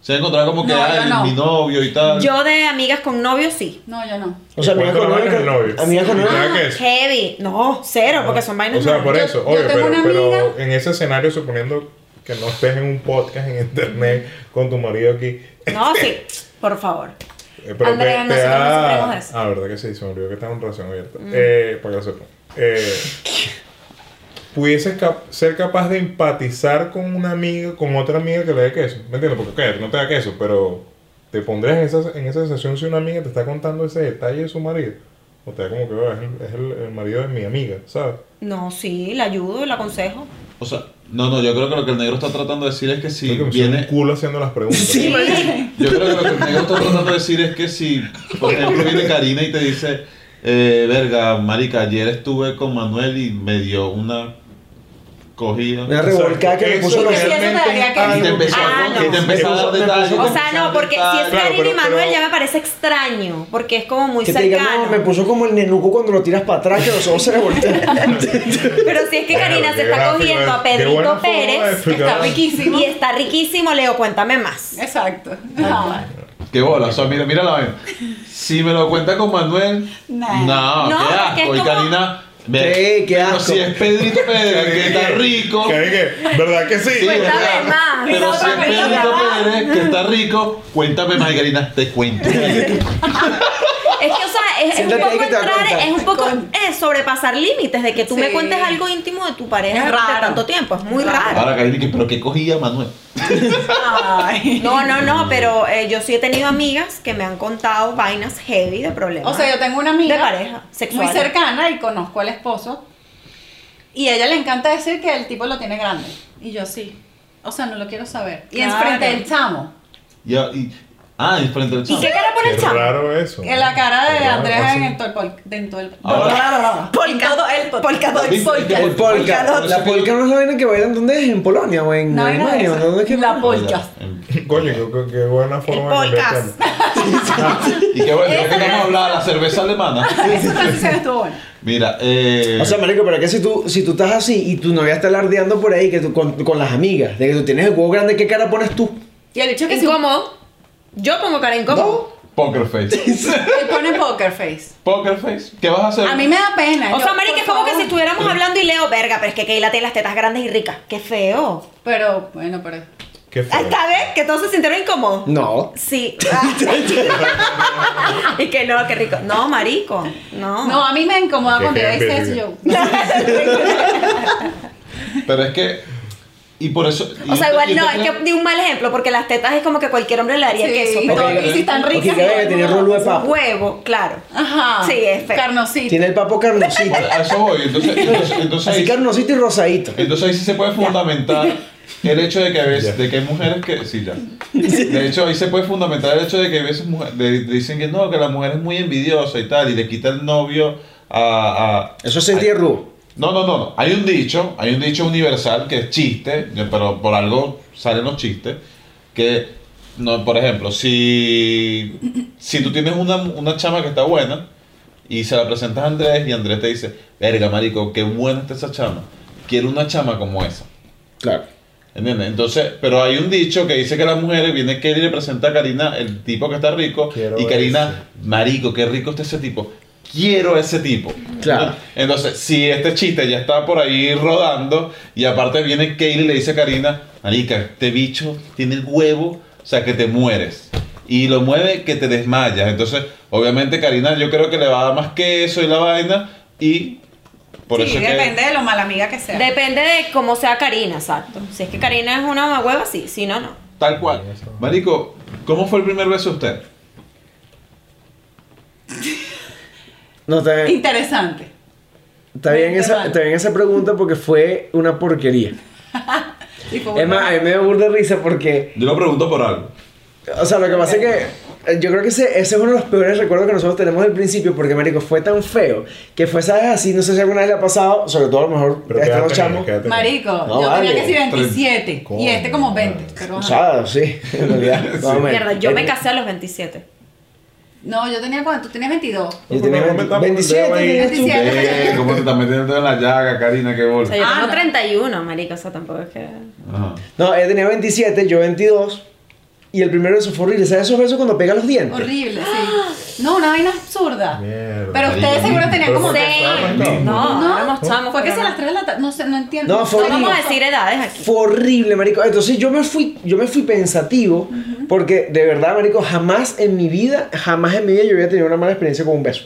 Se han encontrado como que, No, yo ay, no. mi novio y tal. Yo de amigas con novio, sí. No, yo no. O sea, ¿Y amigas cuánto con la novio. vaina es el novio? que- Amigas con ¿Y novio. ya qué es? Heavy. No, cero, porque son vainas O sea, por normales. eso, yo obvio, tengo pero, una pero amiga- en ese escenario, suponiendo que no estés en un podcast en internet con tu marido aquí, No, sí. Por favor. eh, pero Andrea, te, te nosotros no da... sufrimos de eso. Mm. Ah, verdad que sí, se me olvidó que estaba en relación abierta. Eh, para que lo sepan. Eh, pudieses cap- ser capaz de empatizar con una amiga, con otra amiga que le dé queso. ¿Me entiendes? Porque ok, no te da queso, pero te pondrías en esa, en esa sensación si una amiga te está contando ese detalle de su marido. O te da como que "Oh, es, el, es el- el marido de mi amiga, ¿sabes? No, sí, la ayudo, la aconsejo. O sea, no, no, yo creo que lo que el negro está tratando de decir es que si Creo que me suena un viene. culo haciendo las preguntas. Sí, Yo creo que lo que el negro está tratando de decir es que si, por ejemplo, viene Karina y te dice, eh, verga, marica, ayer estuve con Manuel y me dio una cogida. Una revolcada que me Eso puso los. es que- realmente eso te daría que- es Y te algo empezó que- a, Ah, no. y te empezó a dar Me puso- detalles. O sea, no, porque si es detalles. Claro, Karina y pero- Manuel pero- ya me parece extraño, porque es como muy Que te digan, cercano. no, me puso como el nenuco cuando lo tiras para atrás, que los ojos se le voltean. Pero si es que Karina se está cogiendo a Pedrito Pérez, que está riquísimo. y está riquísimo, Leo, cuéntame más. Exacto. No. Qué bola, o sea, mira, mira la vaina. Si me lo cuenta con Manuel, Nah. no, No, qué asco. porque es Y como- Karina, Ve, Sí, qué pero asco. si es Pedrito Pérez, que está rico. Que, que- ¿Verdad que sí? Sí, Cuéntame ¿verdad? Pues más. Pero si es Cuéntame Pedrito más. Pérez, que está rico, cuéntame más, Karina, te cuento. Es que, o sea, es, es un Siéntate poco ahí que te va a entrar, contar. es un poco eh, sobrepasar límites de que tú me Sí. cuentes algo íntimo de tu pareja Es de raro. tanto tiempo. Es muy Raro. raro. Ahora, Karina, que, pero ¿qué cogía Manuel? Ay. No, no, no, pero eh, yo sí he tenido amigas que me han contado vainas heavy de problemas. O sea, yo tengo una amiga De pareja, sexual. muy cercana y conozco al esposo. Y a ella le encanta decir que el tipo lo tiene grande. Y yo sí. O sea, no lo quiero saber. Y Claro. enfrente del chamo. Y, y, ah, y frente al ¿Y chamo. qué cara pone Qué el chamo? raro eso. En la cara de Qué raro, Andrés así. en todo el pol- en todo el Ahora- En todo el pol- Polka dot. el polka. El polka. Polka. La polka no es la vaina que bailan ¿dónde es? ¿En Polonia o en No, era Alemania? esa. ¿Dónde es que La polka. Coño, qué, qué- qué buena forma El de cambiar podcast. tema. Y qué bueno, creo que vamos a hablar de la cerveza alemana. Esa transición estuvo buena. Mira, eh. O sea, marico, pero que si tú, si tú estás así y tu novia está alardeando por ahí que tú, con, con las amigas, de que tú tienes el huevo grande, ¿qué cara pones tú? Y el hecho que sí. Incómodo. Yo pongo cara incómodo. Poker face. Él pone poker face. Poker face. ¿Qué vas a hacer? A mí me da pena. O Yo, sea, marica, por es como que si favor. estuviéramos hablando y leo, verga, pero es que Keila tiene las tetas grandes y ricas. Qué feo. Pero, bueno, pero. Qué Ahí feo. está, ¿ves? Ah, Que todos se sintieron incómodos. No. Sí. y que no, qué rico. No, marico. No. No, a mí me incomoda Que cuando ella quede dice eso. envidia. Yo. Pero es que. Y por eso. y O sea, yo- igual yo no, es creo- que di un mal ejemplo, porque las tetas es como que cualquier hombre le haría Sí. queso. Y Pero todo- y si están Porque ricas, cada no, vez que tiene no, rulo de es papo. huevo, claro. Ajá. Sí, es feo. Carnosito. Tiene el papo carnosito. A eso voy. Entonces, entonces, entonces, Así ahí- carnosito y rosadito. entonces ahí sí se puede fundamentar el hecho de que a veces. Ya. de que hay mujeres que. Sí, ya. De hecho, ahí se puede fundamentar el hecho de que a veces mujer- de- dicen que no, que la mujer es muy envidiosa y tal, y le quita el novio a. a Eso es sentir rubo. No, no, no, no. Hay un dicho, hay un dicho universal que es chiste, yo- pero por algo salen los chistes, que, no, por ejemplo, si, si tú tienes una, una chama que está buena y se la presentas a Andrés y Andrés te dice, verga, marico, qué buena está esa chama, quiero una chama como esa. Claro. ¿Entiendes? Entonces, pero hay un dicho que dice que las mujeres viene Kelly y le presenta a Karina el tipo que está rico Quiero y Karina, marico, qué rico está ese tipo. Quiero ese tipo. Claro. Entonces, si este chiste ya está por ahí rodando y aparte viene Kelly y le dice a Karina, marica, este bicho tiene el huevo, o sea que te mueres. Y lo mueve que te desmayas. Entonces, obviamente Karina yo creo que le va a dar más que eso y la vaina y por sí, eso es que- depende de lo mala amiga que sea. Depende de cómo sea Karina, exacto. Si es que Karina es una hueva, sí. Si no, no. Tal cual. Marico, ¿cómo fue el primer beso de usted? No, está bien, Interesante. está bien Veinte esa, mal. está bien esa pregunta porque fue una porquería. Y fue Es bueno. más, a mí me da burda risa porque Yo lo pregunto por algo. O sea, lo que pasa es que eh, yo creo que ese, ese es uno de los peores recuerdos que nosotros tenemos del principio, porque, marico, fue tan feo que fue, ¿sabes? Así, no sé si alguna vez le ha pasado, sobre todo a lo mejor Pero a quédate, estos dos chamos. quédate. Marico, No, yo vale. tenía que ser 27 Coño, y este como vale. 20. pero O sea, ajá. sí, en realidad. más o menos. Mierda, yo me Eh, casé a los 27. no, yo tenía cuánto, tú tenías 22. Yo Porque tenía no metamos 27, el dedo ahí. tenías tú. 27. Eh, ¿Cómo te estás metiendo en la llaga, Karina? Qué O bola. sea, yo Ah, tengo no. 31, marico, o sea, tampoco es que... Ajá. No, él tenía 27, yo 22. Y el primero de esos fue horrible. ¿Sabes esos besos cuando pega los dientes? Horrible, sí. No, una vaina absurda. Mierda, pero ustedes marico. seguro tenían Pero como porque seis. estaban casados. No, no, No, éramos chamos. Fue que se pero a no. las 3 de la tarde, no sé, no entiendo. No, fue No vamos a decir edades aquí. Fue horrible, marico. Entonces yo me fui, yo me fui pensativo, porque de verdad, marico, jamás en mi vida, jamás en mi vida yo había tenido una mala experiencia con un beso.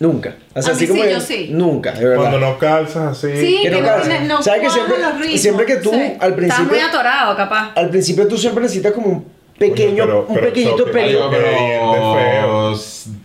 Nunca. O sea, A así mí como sí, que- yo sí. Nunca, de verdad. Cuando no calzas así. Sí, Que no no calza. tiene- no ¿Sabes que cuadran siempre, los ritmos, siempre que tú sí. al Estás principio, muy atorado, capaz. al principio tú siempre necesitas como un pequeño, pero- un pero pequeñito choque, peleo. Marico, Pero- pero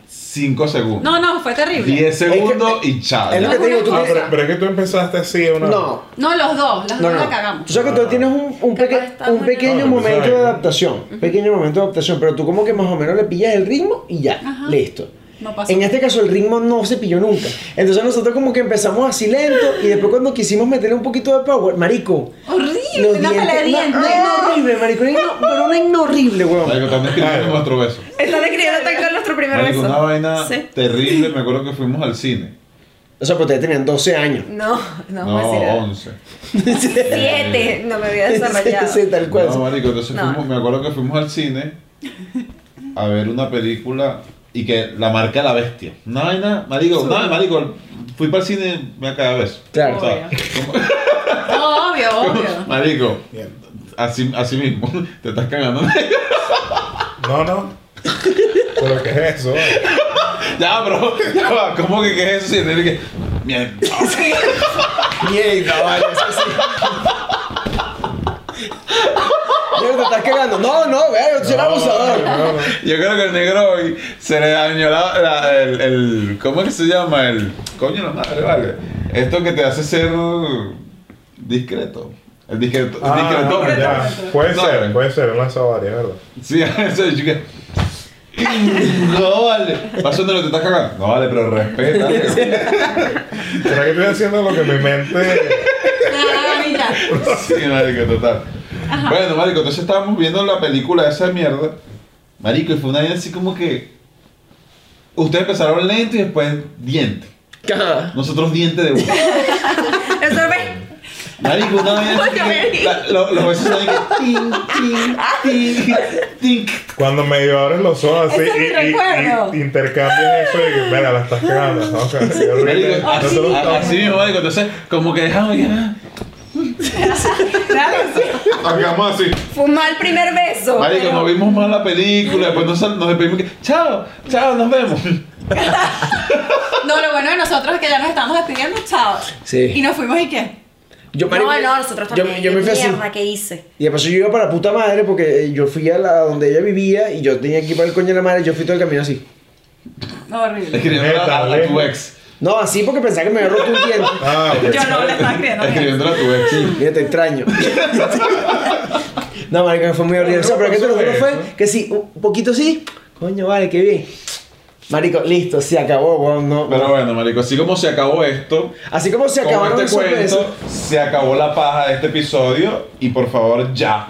5 segundos. No, no, fue terrible. 10 segundos y chao. Es lo que te digo, tú Ah, tienes- pero, pero es que tú empezaste así una. No, No, los dos, los no, dos no. la cagamos. Tú sabes Ah. que tú tienes un, un, Capaz peque- está un muy pequeño bien. No, momento empezaba de ahí. adaptación, pequeño momento de adaptación, pero tú como que más o menos le pillas el ritmo y ya, Ajá. listo. No pasó. En este caso el ritmo no se pilló nunca. Entonces nosotros como que empezamos así lento y después cuando quisimos meterle un poquito de power, marico. Horrible, Los una pelea de dientes, dientes. una- no. ah, horrible, marico, una igno- pero una igno horrible, weón. Marico, están describiendo Claro. nuestro beso. Están escribiendo tan con nuestro primer Marico, beso. una vaina Sí. terrible. Me acuerdo que fuimos al cine. O sea, pero ustedes tenían 12 años. No, No, oh, eh, no, no voy a decir nada. 11. Siete, no me había desarrollado. Sí, tal cual. No, marico, entonces No, fuimos- no. me acuerdo que fuimos al cine a ver una película y que la marca La Bestia. Una vaina, marico, una, marico, fui para el cine cada vez. Claro. O sea, como- No, obvio, obvio. Marico, Bien. así, así mismo, te estás cagando. No, no. ¿Pero qué es eso? vale? ya, bro, ya va, ¿cómo que qué es eso? Y tiene que. Mierda. Mierda, vale, eso sí. Mierda, te estás cagando. No, no, vea, yo soy el abusador. No, no, no. Yo creo que el negro hoy se le dañó la, la- el, el- ¿Cómo es que se llama? El. Coño, la madre, vale. Esto que te hace ser. discreto. El discreto. Ah, discreto. ya. Puede No, ser, no. puede ser, una varias, ¿verdad? Sí, eso yo que- No vale. Vas donde no te estás cagando. No vale, pero respeta. ¿Será que estoy haciendo lo que mi mente... Ah, mira. Sí, marico, total. Bueno, marico, entonces estábamos viendo la película esa mierda. Marico, y fue una idea así como que... Ustedes empezaron lento y después diente. Ajá. Nosotros diente de uno. Eso ve. Marico, una vez así Coño, que Mary. la- lo- los besos salen que... Tin, tin, tin, tin. Cuando medio abres los ojos así Ese es mi recuerdo. y, y, intercambias eso de que, venga, la estás cagando. ¿no? Qué horrible. Marico, así, Nosotros estamos- así mismo, marico. Entonces, como que dejamos que... ah, Claro, sí. Hagamos así. Fumar el primer beso. Marico, pero- nos vimos mal la película, después nos, sal- nos despedimos que, chao, chao, nos vemos. No, lo bueno de nosotros es que ya nos estamos despidiendo, chao. Sí. Y nos fuimos y qué. Yo, marico, No, no, nosotros yo- también. Yo, me fui ¿Qué así. mierda que hice? Y de paso yo iba para puta madre porque eh, yo fui a la donde ella vivía y yo tenía que ir para el coño de la madre. Yo fui todo el camino así. No, horrible. Escribiéndola a, a tu ex. No, así porque pensaba que me había roto un diente. Ah, ok. Yo no le estaba escribiendo. mira. Escribiéndola a tu ex. Mira, te extraño. no, marica, fue muy horrible. O sea, pero que te lo juro fue que sí, un poquito sí. Coño, vale, qué bien. Marico, listo, se acabó, weón. No, Pero bueno, marico, así como se acabó esto, Así como se como acabaron este esos besos. cuento, se acabó la paja de este episodio y por favor ya.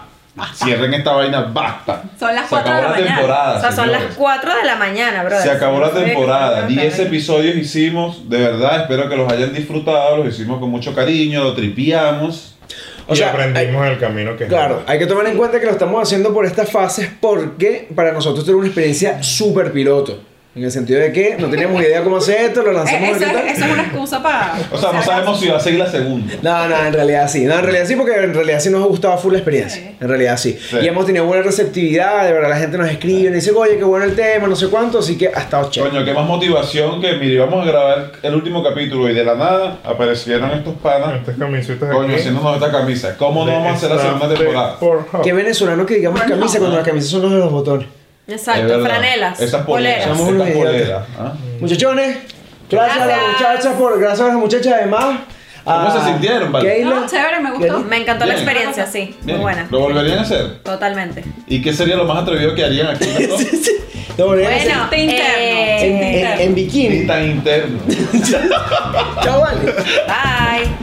Cierren esta vaina, basta. Son las Se cuatro acabó de la la mañana. temporada. O sea, son señores. las 4 de la mañana, brother. Se acabó la temporada, Sí, 10 episodios hicimos, de verdad, espero que los hayan disfrutado, los hicimos con mucho cariño, lo tripiamos. O sea, y aprendimos el camino que es. Claro, hay que tomar en cuenta que lo estamos haciendo por estas fases porque para nosotros era una experiencia súper piloto. En el sentido de que no teníamos idea cómo hacer esto, lo lanzamos Eh, Eso ahorita. es, eso es una excusa para. O sea, no sabemos si va a seguir la segunda. No, no, en realidad sí. No, en realidad sí, porque en realidad sí nos ha gustado full la experiencia. Sí. En realidad sí. Sí. Y hemos tenido buena receptividad, de verdad la gente nos escribe, nos dice, oye, qué bueno el tema, no sé cuánto, así que ha estado chévere. Coño, qué más motivación que, mire, vamos a grabar el último capítulo y de la nada aparecieron estos panas. Estas camisitas Coño, haciéndonos esta camisa. ¿Cómo no vamos a hacer la segunda temporada? Qué venezolano que digamos Bueno, camisa cuando las camisas son los de los botones. Es Exacto, verdad. franelas. Esas poleras. poleras. Somos unos Estas idiotas. poleras. ¿ah? Muchachones, gracias, a las Gracias. muchachas por, gracias a las muchachas además. ¿Cómo a se sintieron, vale? Keila. No, chévere, me Qué gustó. lindo. Me encantó la Bien. experiencia, sí. Muy Bien, buena. ¿Lo volverían a hacer? Totalmente. ¿Y qué sería lo más atrevido que harían aquí? ¿no? Lo volveremos a hacer Bueno, Chiste interno, en, eh, en- en Ni bikini. tan interno. eh, Chavales. Bye.